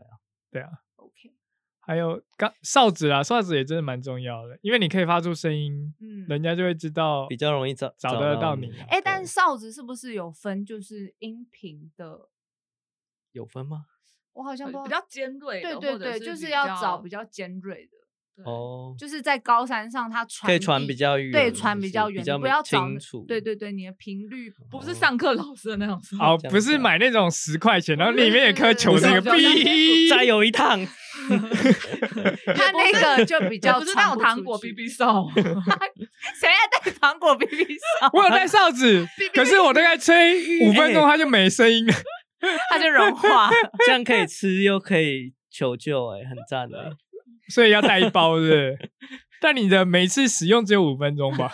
Speaker 4: 对啊。
Speaker 2: ，OK，
Speaker 4: 还有刚哨子啦，哨子也真的蛮重要的，因为你可以发出声音，
Speaker 2: 嗯。
Speaker 4: 人家就会知道
Speaker 3: 比较容易找
Speaker 4: 找
Speaker 3: 得
Speaker 4: 得到你
Speaker 3: 啊
Speaker 2: 哎、但
Speaker 3: 对
Speaker 2: 是哨子是不是有分就是音频的？
Speaker 3: 有分吗？
Speaker 2: 我好像不
Speaker 1: 比
Speaker 2: 知道
Speaker 1: 较尖锐的，
Speaker 2: 对对
Speaker 1: 或者
Speaker 2: 对，
Speaker 1: 是
Speaker 2: 就是
Speaker 1: 比
Speaker 2: 要
Speaker 1: 较
Speaker 2: 找比较尖锐的，
Speaker 1: 对
Speaker 3: 哦，
Speaker 2: 就是在高山上它传
Speaker 3: 可以传
Speaker 2: 递
Speaker 3: 比较远，
Speaker 2: 对
Speaker 3: 就
Speaker 2: 传比
Speaker 3: 是
Speaker 2: 较
Speaker 3: 比
Speaker 2: 远，
Speaker 3: 较
Speaker 2: 你不
Speaker 3: 没
Speaker 2: 要找
Speaker 3: 清
Speaker 2: 那
Speaker 3: 楚。
Speaker 2: 对对对，你的频率
Speaker 1: 不是
Speaker 3: 哦
Speaker 1: 上课老师的那种声音
Speaker 4: 哦，
Speaker 3: 这样
Speaker 4: 不
Speaker 3: 子
Speaker 4: 是
Speaker 3: 啊
Speaker 4: 买那种十块钱，然后
Speaker 2: 不是
Speaker 4: 里面有颗球
Speaker 3: 不
Speaker 4: 那
Speaker 3: 是
Speaker 4: 个
Speaker 3: 不是
Speaker 4: 哔，
Speaker 3: 再有一趟，
Speaker 2: 它那个就 [LAUGHS]
Speaker 1: [LAUGHS]
Speaker 2: 比
Speaker 1: 也
Speaker 2: 较
Speaker 1: 不是
Speaker 2: 传
Speaker 1: 那种
Speaker 2: 不
Speaker 1: 糖
Speaker 2: 出
Speaker 1: 果
Speaker 2: 去
Speaker 1: BB 哨，
Speaker 2: 谁要带糖果 BB 霜？
Speaker 4: 我有带哨子，可是我大概吹五分钟它就没声音了。
Speaker 2: [LAUGHS] 它就融化了。
Speaker 3: 这样
Speaker 2: [LAUGHS]
Speaker 3: 可以吃又可以求救，哎，很赞的。
Speaker 4: 所以要带一包是不是但你的每次使用只有五分钟吧，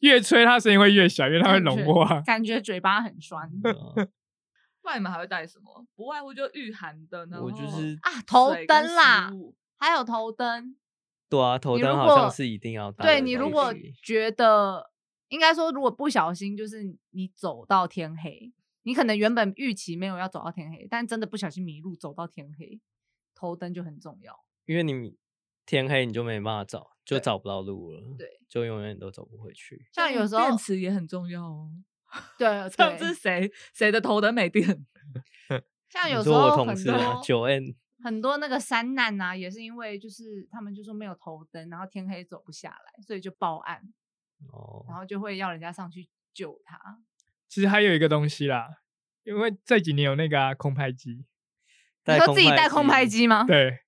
Speaker 4: 越吹它声音会越小，因为它会融化。
Speaker 2: 感觉嘴巴很酸
Speaker 3: 嗯
Speaker 1: 不然你们还会带什么？不外乎就御寒的，然后
Speaker 3: 我就是
Speaker 2: 啊！头
Speaker 1: 水跟
Speaker 2: 灯啦
Speaker 1: 食，物
Speaker 2: 还有头灯。
Speaker 3: 对啊，头
Speaker 2: 你
Speaker 3: 灯
Speaker 2: 如
Speaker 3: 好像
Speaker 2: 果
Speaker 3: 是一定要带的东
Speaker 2: 对
Speaker 3: 西。
Speaker 2: 你如果觉得，应该说如果不小心，就是你走到天黑，你可能原本预期没有要走到天黑，但真的不小心迷路走到天黑，头灯就很重要。
Speaker 3: 因为你天黑你就没办法找，就
Speaker 2: 对
Speaker 3: 找不到路了，
Speaker 2: 对，
Speaker 3: 就永远都走不回去。
Speaker 2: 像有时候
Speaker 1: 电池也很重要哦。
Speaker 2: 对
Speaker 3: [LAUGHS]
Speaker 1: 上次
Speaker 2: 对，
Speaker 1: 谁谁的头灯没电，
Speaker 2: 像
Speaker 3: 你
Speaker 2: 有时
Speaker 3: 说我
Speaker 2: 候
Speaker 3: 同
Speaker 2: 很
Speaker 3: 事
Speaker 2: 多
Speaker 3: 啊，九 N
Speaker 2: 很多那个山难啊，也是因为就是他们就说没有头灯，然后天黑走不下来，所以就报案，然
Speaker 3: 哦，
Speaker 2: 后就会要人家上去救他。
Speaker 4: 其实还有一个东西啦，因为这几年有那个、啊、空拍机，
Speaker 2: 你
Speaker 3: 带
Speaker 2: 说自己
Speaker 3: 空
Speaker 2: 带空拍，机吗？
Speaker 4: 对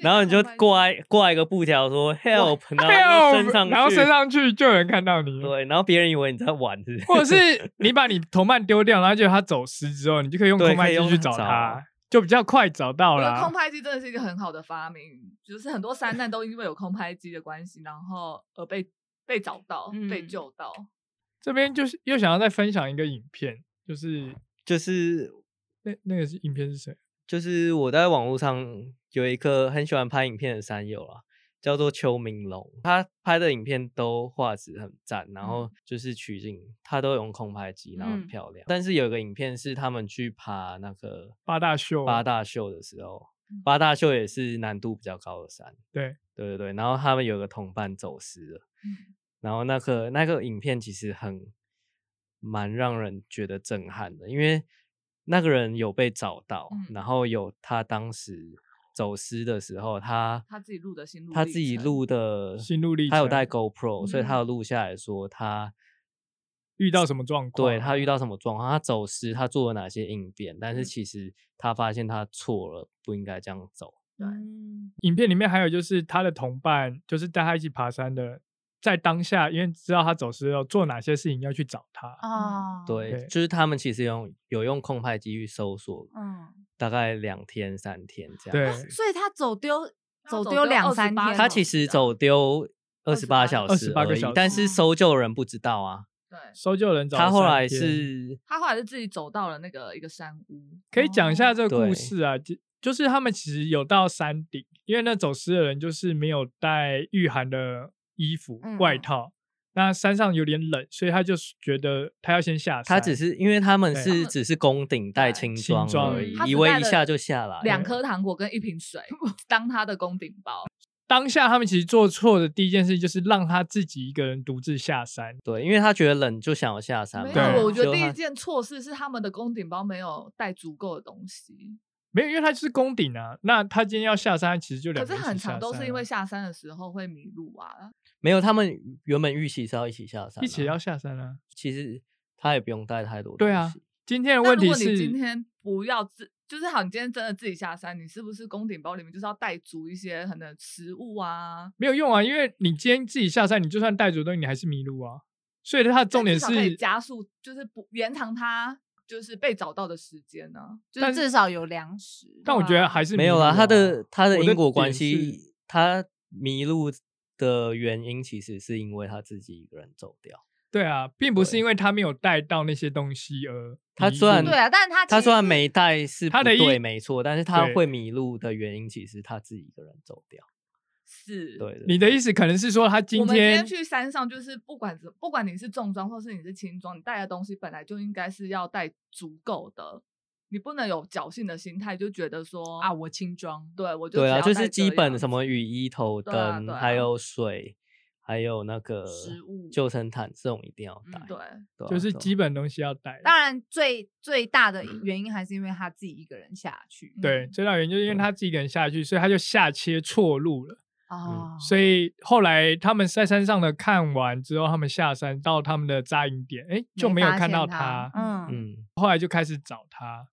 Speaker 3: 然后你
Speaker 2: [LAUGHS]
Speaker 3: 就挂一挂一个布条说 help，然后就升上去，
Speaker 4: 哎然后升上去就有人看到你。
Speaker 3: 对，然后别人以为你在玩，是不是
Speaker 4: 或者是你把你头曼丢掉，然后结果它走失之后，你就可以用
Speaker 3: 对
Speaker 4: 空拍
Speaker 3: 可以
Speaker 4: 机
Speaker 3: 用
Speaker 4: 去找
Speaker 3: 找
Speaker 4: 它，就比较快找到
Speaker 1: 我觉得空
Speaker 4: 啦。
Speaker 1: 拍机真的是一个很好的发明，就是很多山难都因为有空拍机的关系，然后而被被找到、被
Speaker 2: 嗯
Speaker 1: 救到。
Speaker 4: 这边就是又想要再分享一个影片，就是
Speaker 3: [LAUGHS] 就是
Speaker 4: 那那个是影片是谁？
Speaker 3: 就是我在网络上有一个很喜欢拍影片的山友啊，叫做邱明龙，他拍的影片都画质很赞，然后就是取景他都用空拍机，然后很
Speaker 2: 嗯
Speaker 3: 漂亮。但是有一个影片是他们去爬那个
Speaker 4: 八大秀啊
Speaker 3: 八大秀的时候，
Speaker 1: 嗯
Speaker 3: 八大秀也是难度比较高的山，
Speaker 4: 对
Speaker 3: 对对对，然后他们有个同伴走失了，
Speaker 1: 嗯
Speaker 3: 然后那个那个影片其实很蛮让人觉得震撼的，因为那个人有被找到，
Speaker 1: 嗯
Speaker 3: 然后有他当时走失的时候，他
Speaker 1: 他自己录的心路
Speaker 3: 他
Speaker 1: 历
Speaker 3: 自己
Speaker 1: 程
Speaker 3: 录的
Speaker 4: 心路历
Speaker 3: 他有带
Speaker 4: 程
Speaker 3: GoPro，、所以他
Speaker 1: 嗯
Speaker 3: 有录下来说他
Speaker 4: 遇到什么状况？
Speaker 3: 对他遇到什么状况，他走失，他做了哪些应变，但是其实他发现他错了，不应该这样走。
Speaker 1: 对
Speaker 2: 嗯
Speaker 4: 影片里面还有就是他的同伴，就是带他一起爬山的，在当下因为知道他走失后做哪些事情要去找他，
Speaker 2: 啊，
Speaker 3: 对，
Speaker 4: 对
Speaker 3: 就是他们其实用有用空拍机去搜索，
Speaker 2: 嗯，
Speaker 3: 大概两天三天这样。
Speaker 4: 对，
Speaker 2: 哦所以他走丢
Speaker 1: 他
Speaker 2: 走
Speaker 1: 走
Speaker 2: 丢
Speaker 1: 丢
Speaker 2: 两三
Speaker 1: 28
Speaker 2: 天了，
Speaker 3: 他其实走丢二十八小时
Speaker 4: 28
Speaker 3: 而
Speaker 4: 个
Speaker 3: 已
Speaker 4: 小时
Speaker 3: 但是搜救人不知道啊。
Speaker 1: 对，
Speaker 4: 搜救人找了
Speaker 3: 他后
Speaker 4: 三
Speaker 3: 来
Speaker 4: 天
Speaker 3: 是
Speaker 1: 他后来是自己走到了那个一个山屋，
Speaker 4: 可以讲一下
Speaker 1: 哦
Speaker 4: 这个
Speaker 3: 对
Speaker 4: 故事啊，就就是他们其实有到山顶，因为那走失的人就是没有带御寒的衣服、
Speaker 2: 嗯
Speaker 4: 外
Speaker 2: 嗯
Speaker 4: 套，那山上有点冷，所以他就是觉得他要先下山。
Speaker 3: 他只是因为他们
Speaker 4: 对
Speaker 3: 是
Speaker 1: 们
Speaker 3: 只是宫顶带
Speaker 1: 对
Speaker 3: 轻
Speaker 4: 轻
Speaker 3: 装
Speaker 4: 装
Speaker 3: 而
Speaker 4: 而
Speaker 3: 已
Speaker 4: 已
Speaker 1: 他，只
Speaker 3: 以为
Speaker 1: 带
Speaker 3: 一
Speaker 1: 了
Speaker 3: 下就下来
Speaker 1: 两
Speaker 3: 了
Speaker 1: 颗糖果跟一瓶水 [LAUGHS] 当他的宫顶包，
Speaker 4: 当下他们其实做错的第一件事就是让他自己一个人独自下山。
Speaker 3: 对，因为他觉得冷就想要下山嘛。
Speaker 1: 没
Speaker 4: 对
Speaker 1: 有，我觉
Speaker 3: 结
Speaker 1: 得
Speaker 3: 果
Speaker 1: 第一
Speaker 3: 他
Speaker 1: 件错事是他们的宫顶包没有带足够的东西，
Speaker 4: 没有，因为他就是宫顶啊。那他今天要下山，其实就两
Speaker 1: 可
Speaker 4: 个
Speaker 1: 是
Speaker 4: 人
Speaker 1: 很
Speaker 4: 一起下
Speaker 1: 长都是
Speaker 4: 山
Speaker 1: 因
Speaker 4: 啊
Speaker 1: 为下山的时候会迷路啊。
Speaker 3: 没有，他们原本预期是要一起下山啊，
Speaker 4: 一起要下山啊。
Speaker 3: 其实他也不用带太多。
Speaker 4: 对啊，今天的
Speaker 1: 那
Speaker 4: 问
Speaker 1: 如
Speaker 4: 题
Speaker 1: 果
Speaker 4: 是
Speaker 1: 你今天不要自，就是好，你今天真的自己下山，你是不是宫顶包里面就是要带足一些可能食物啊？
Speaker 4: 没有用啊，因为你今天自己下山，你就算带足东西，你还是迷路啊。所以它的重
Speaker 1: 但
Speaker 4: 点
Speaker 1: 至少可
Speaker 4: 是
Speaker 1: 以加速，就是不延长它就是被找到的时间呢、
Speaker 2: 就是至少有粮食。
Speaker 4: 但我觉得还是
Speaker 3: 没有
Speaker 4: 迷路
Speaker 3: 啦，
Speaker 4: 啊
Speaker 3: 他的他的
Speaker 4: 我
Speaker 3: 因果
Speaker 4: 点
Speaker 3: 关
Speaker 4: 是
Speaker 3: 系，他迷路的原因其实是因为他自己一个人走掉。
Speaker 4: 对啊，并不是
Speaker 3: 对
Speaker 4: 因为他没有带到那些东西而
Speaker 3: 他
Speaker 4: 迷
Speaker 3: 虽
Speaker 4: 路
Speaker 3: 然
Speaker 2: 对啊，但是他
Speaker 3: 他
Speaker 2: 其
Speaker 3: 虽然
Speaker 2: 实
Speaker 3: 没带是
Speaker 4: 他
Speaker 3: 不
Speaker 4: 的意
Speaker 3: 对，没错，但是他
Speaker 4: 对
Speaker 3: 会迷路的原因其实他自己一个人走掉。
Speaker 1: 是，
Speaker 3: 对，
Speaker 4: 你的意思可能是说他
Speaker 1: 我
Speaker 4: 今
Speaker 1: 们今
Speaker 4: 天
Speaker 1: 天去山上，就是不管怎，不管你是重装或是你是轻装，你带的东西本来就应该是要带足够的，你不能有侥幸的心态，就觉得说
Speaker 2: 啊，，我轻装，
Speaker 1: 对我就
Speaker 3: 对
Speaker 1: 只
Speaker 3: 啊，
Speaker 1: 要
Speaker 3: 就是
Speaker 1: 带
Speaker 3: 基
Speaker 1: 这
Speaker 3: 本
Speaker 1: 样
Speaker 3: 什么
Speaker 1: 子
Speaker 3: 雨衣、头
Speaker 1: 对啊
Speaker 3: 灯，
Speaker 1: 对啊
Speaker 3: 还有水，还有那个
Speaker 2: 食物
Speaker 3: 救生毯这种一定要
Speaker 2: 嗯
Speaker 3: 带。
Speaker 1: 对，
Speaker 3: 对啊
Speaker 4: 就是
Speaker 3: 对啊
Speaker 4: 基本东西要带。
Speaker 2: 当然最最大的原因还是因为他自己一个人下去。
Speaker 4: 对，
Speaker 1: 嗯
Speaker 4: 最大原因就是因为
Speaker 3: 对
Speaker 4: 他自己一个人下去，所以他就下切错路了。
Speaker 2: 哦，
Speaker 4: 所以后来他们在山上的看完之后，他们下山到他们的扎营点，哎，就没有
Speaker 2: 发
Speaker 4: 看
Speaker 2: 现
Speaker 4: 到
Speaker 2: 他。嗯，
Speaker 3: 嗯，
Speaker 4: 后来就开始找他。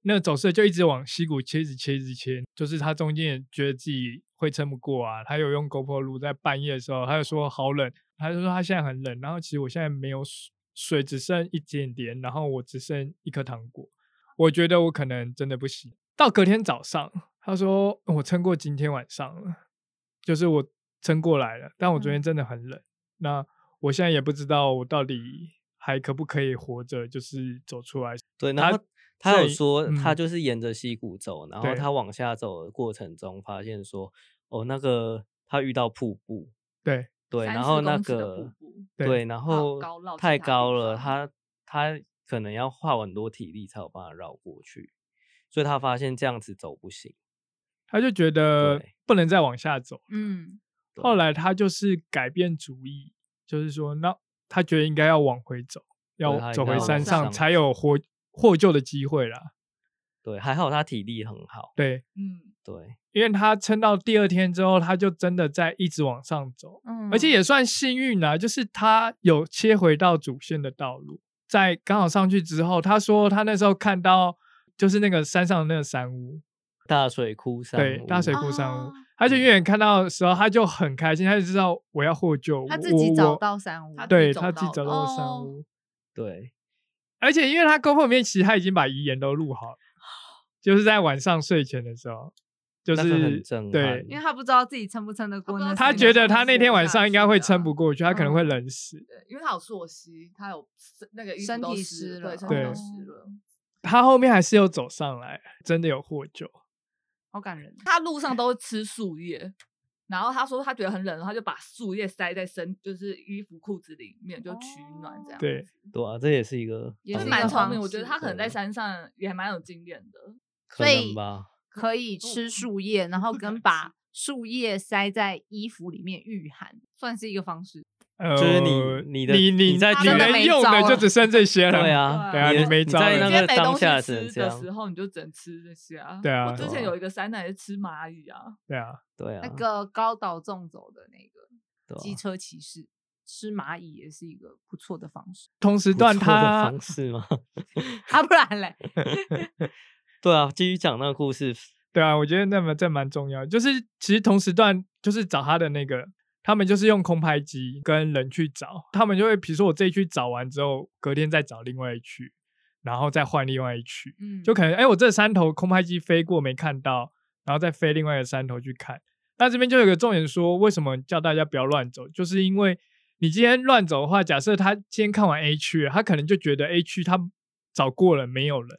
Speaker 4: 那个走势就一直往溪谷切，一直切，一直切。就是他中间也觉得自己会撑不过啊，他有用 GoPro 录，在半夜的时候，他就说好冷，他就说他现在很冷，然后其实我现在没有水，水只剩一点点，然后我只剩一颗糖果，我觉得我可能真的不行。到隔天早上，他说我撑过今天晚上了，就是我撑过来了，但我昨天真的很冷。那我现在也不知道我到底还可不可以活着，就是走出来。
Speaker 3: 对。
Speaker 4: 他
Speaker 3: 然后他有
Speaker 4: 在
Speaker 3: 说，他
Speaker 4: 嗯
Speaker 3: 就是沿着溪谷走，然后
Speaker 4: 对
Speaker 3: 他往下走的过程中发现说，哦，那个他遇到瀑布，
Speaker 4: 对
Speaker 3: 对，
Speaker 1: 30
Speaker 3: 然后那
Speaker 1: 公尺的
Speaker 3: 个
Speaker 1: 瀑布
Speaker 4: 对
Speaker 3: 对，然后
Speaker 1: 高绕其
Speaker 3: 太
Speaker 1: 他地
Speaker 3: 高了，
Speaker 1: 方
Speaker 3: 他他可能要耗很多体力才有办法绕过去，所以他发现这样子走不行。
Speaker 4: 他就觉得
Speaker 3: 对
Speaker 4: 不能再往下走。
Speaker 2: 嗯，
Speaker 3: 对
Speaker 4: 后来他就是改变主意，就是说，那他觉得应该要往回走，
Speaker 3: 他
Speaker 4: 要
Speaker 3: 应
Speaker 4: 走
Speaker 3: 该
Speaker 4: 回
Speaker 1: 往
Speaker 4: 山
Speaker 1: 上
Speaker 4: 上才
Speaker 3: 走
Speaker 4: 有获获救的机会啦。
Speaker 3: 对，还好他体力很好，
Speaker 4: 对，
Speaker 1: 嗯，
Speaker 3: 对，
Speaker 4: 因为他撑到第二天之后，他就真的在一直往上走。
Speaker 2: 嗯
Speaker 4: 而且也算幸运啊，就是他有切回到主线的道路，在刚好上去之后，他说他那时候看到就是那个山上的那个山屋，
Speaker 3: 大水枯山
Speaker 4: 对，大
Speaker 3: 屋
Speaker 4: 水库山屋，
Speaker 2: 哦
Speaker 4: 他就远远看到的时候，他就很开心，他就知道我要获救，
Speaker 2: 他
Speaker 4: 我
Speaker 2: 自己找
Speaker 4: 我
Speaker 2: 到山屋，
Speaker 1: 他自己
Speaker 4: 对
Speaker 1: 走
Speaker 4: 他自己
Speaker 1: 到
Speaker 4: 找
Speaker 1: 的
Speaker 4: 到山
Speaker 2: 哦
Speaker 4: 屋，
Speaker 3: 对，
Speaker 4: 而且因为他功课里面其实他已经把遗言都录好了，
Speaker 2: 哦
Speaker 4: 就是在晚上睡前的时候，就
Speaker 3: 那个很
Speaker 4: 是
Speaker 3: 震撼
Speaker 4: 对。
Speaker 2: 因为他不知道自己撑不撑得过
Speaker 1: 不知
Speaker 2: 那
Speaker 1: 道
Speaker 2: 四
Speaker 1: 自己
Speaker 2: 个小
Speaker 4: 他
Speaker 2: 时。
Speaker 1: 能
Speaker 4: 觉
Speaker 1: 不能
Speaker 4: 得他那
Speaker 1: 活
Speaker 4: 天晚
Speaker 1: 下
Speaker 4: 上应该
Speaker 1: 去
Speaker 4: 会
Speaker 1: 啊
Speaker 4: 撑不过去，他可能会
Speaker 2: 嗯
Speaker 4: 冷死。
Speaker 1: 对，因为他有溯溪，他有湿那个衣服
Speaker 2: 身
Speaker 1: 都
Speaker 2: 体
Speaker 1: 湿
Speaker 2: 湿
Speaker 1: 对
Speaker 2: 了哦
Speaker 1: 身体
Speaker 4: 对
Speaker 1: 都湿了。
Speaker 4: 他后面还是有走上来，真的有获救。
Speaker 2: 好感人。
Speaker 1: 他路上都吃树叶，然后他说他觉得很冷，他就把树叶塞在身，就是衣服裤子里面就取暖这样。
Speaker 4: 对，
Speaker 3: 对啊，这也是一个
Speaker 2: 也
Speaker 1: 就是哦
Speaker 3: 很
Speaker 2: 是一
Speaker 1: 蛮
Speaker 2: 个
Speaker 1: 聪
Speaker 2: 方
Speaker 1: 明，我
Speaker 2: 式
Speaker 1: 觉得他可能在
Speaker 3: 对
Speaker 1: 山上也还蛮有经验的。
Speaker 3: 可
Speaker 2: 所
Speaker 3: 能
Speaker 2: 以
Speaker 3: 吧，
Speaker 2: 可以吃树叶，然后跟把树叶塞在衣服里面御寒，算是一个方式。
Speaker 4: 呃，
Speaker 3: 是你你的
Speaker 4: 你
Speaker 3: 你在
Speaker 4: 你
Speaker 2: 真的
Speaker 4: 能
Speaker 2: 没
Speaker 4: 用
Speaker 2: 招
Speaker 4: 的就
Speaker 2: 了
Speaker 4: 只剩这些了。
Speaker 3: 对啊，
Speaker 1: 对啊
Speaker 3: 你
Speaker 1: 你
Speaker 3: 的
Speaker 4: 没
Speaker 3: 你
Speaker 4: 招
Speaker 3: 在
Speaker 4: 了
Speaker 1: 今
Speaker 3: 那
Speaker 1: 天
Speaker 3: 个
Speaker 1: 没
Speaker 3: 当
Speaker 1: 东
Speaker 3: 下
Speaker 1: 西
Speaker 3: 只能
Speaker 1: 吃
Speaker 3: 这
Speaker 1: 的时
Speaker 3: 样，
Speaker 1: 候，你就只能吃这些啊。
Speaker 4: 对啊
Speaker 1: 我之
Speaker 3: 对
Speaker 1: 前
Speaker 3: 啊
Speaker 1: 有一个山奶是吃蚂蚁啊，
Speaker 4: 对啊，
Speaker 3: 对啊
Speaker 2: 那，个高岛纵走的那个
Speaker 3: 对
Speaker 2: 机
Speaker 4: [LAUGHS]
Speaker 3: 啊
Speaker 2: 车骑士吃蚂蚁也是一个不错的方式 [LAUGHS]
Speaker 4: 同时
Speaker 3: 不
Speaker 4: 段
Speaker 3: 错的
Speaker 4: 他
Speaker 3: 方式吗？ [LAUGHS]
Speaker 2: 啊，不然嘞，
Speaker 3: 对啊，继续讲那个故事，
Speaker 4: 对啊，我觉得那么这蛮重要。就是其实同时段就是找他的那个，他们就是用空拍机跟人去找，他们就会比如说我这一区找完之后，隔天再找另外一区，然后再换另外一区。
Speaker 2: 嗯，
Speaker 4: 就可能哎、诶我这山头空拍机飞过没看到，然后再飞另外一个山头去看。那这边就有个重点说，为什么叫大家不要乱走，就是因为你今天乱走的话，假设他今天看完 A 区了，他可能就觉得 A 区他找过了没有人，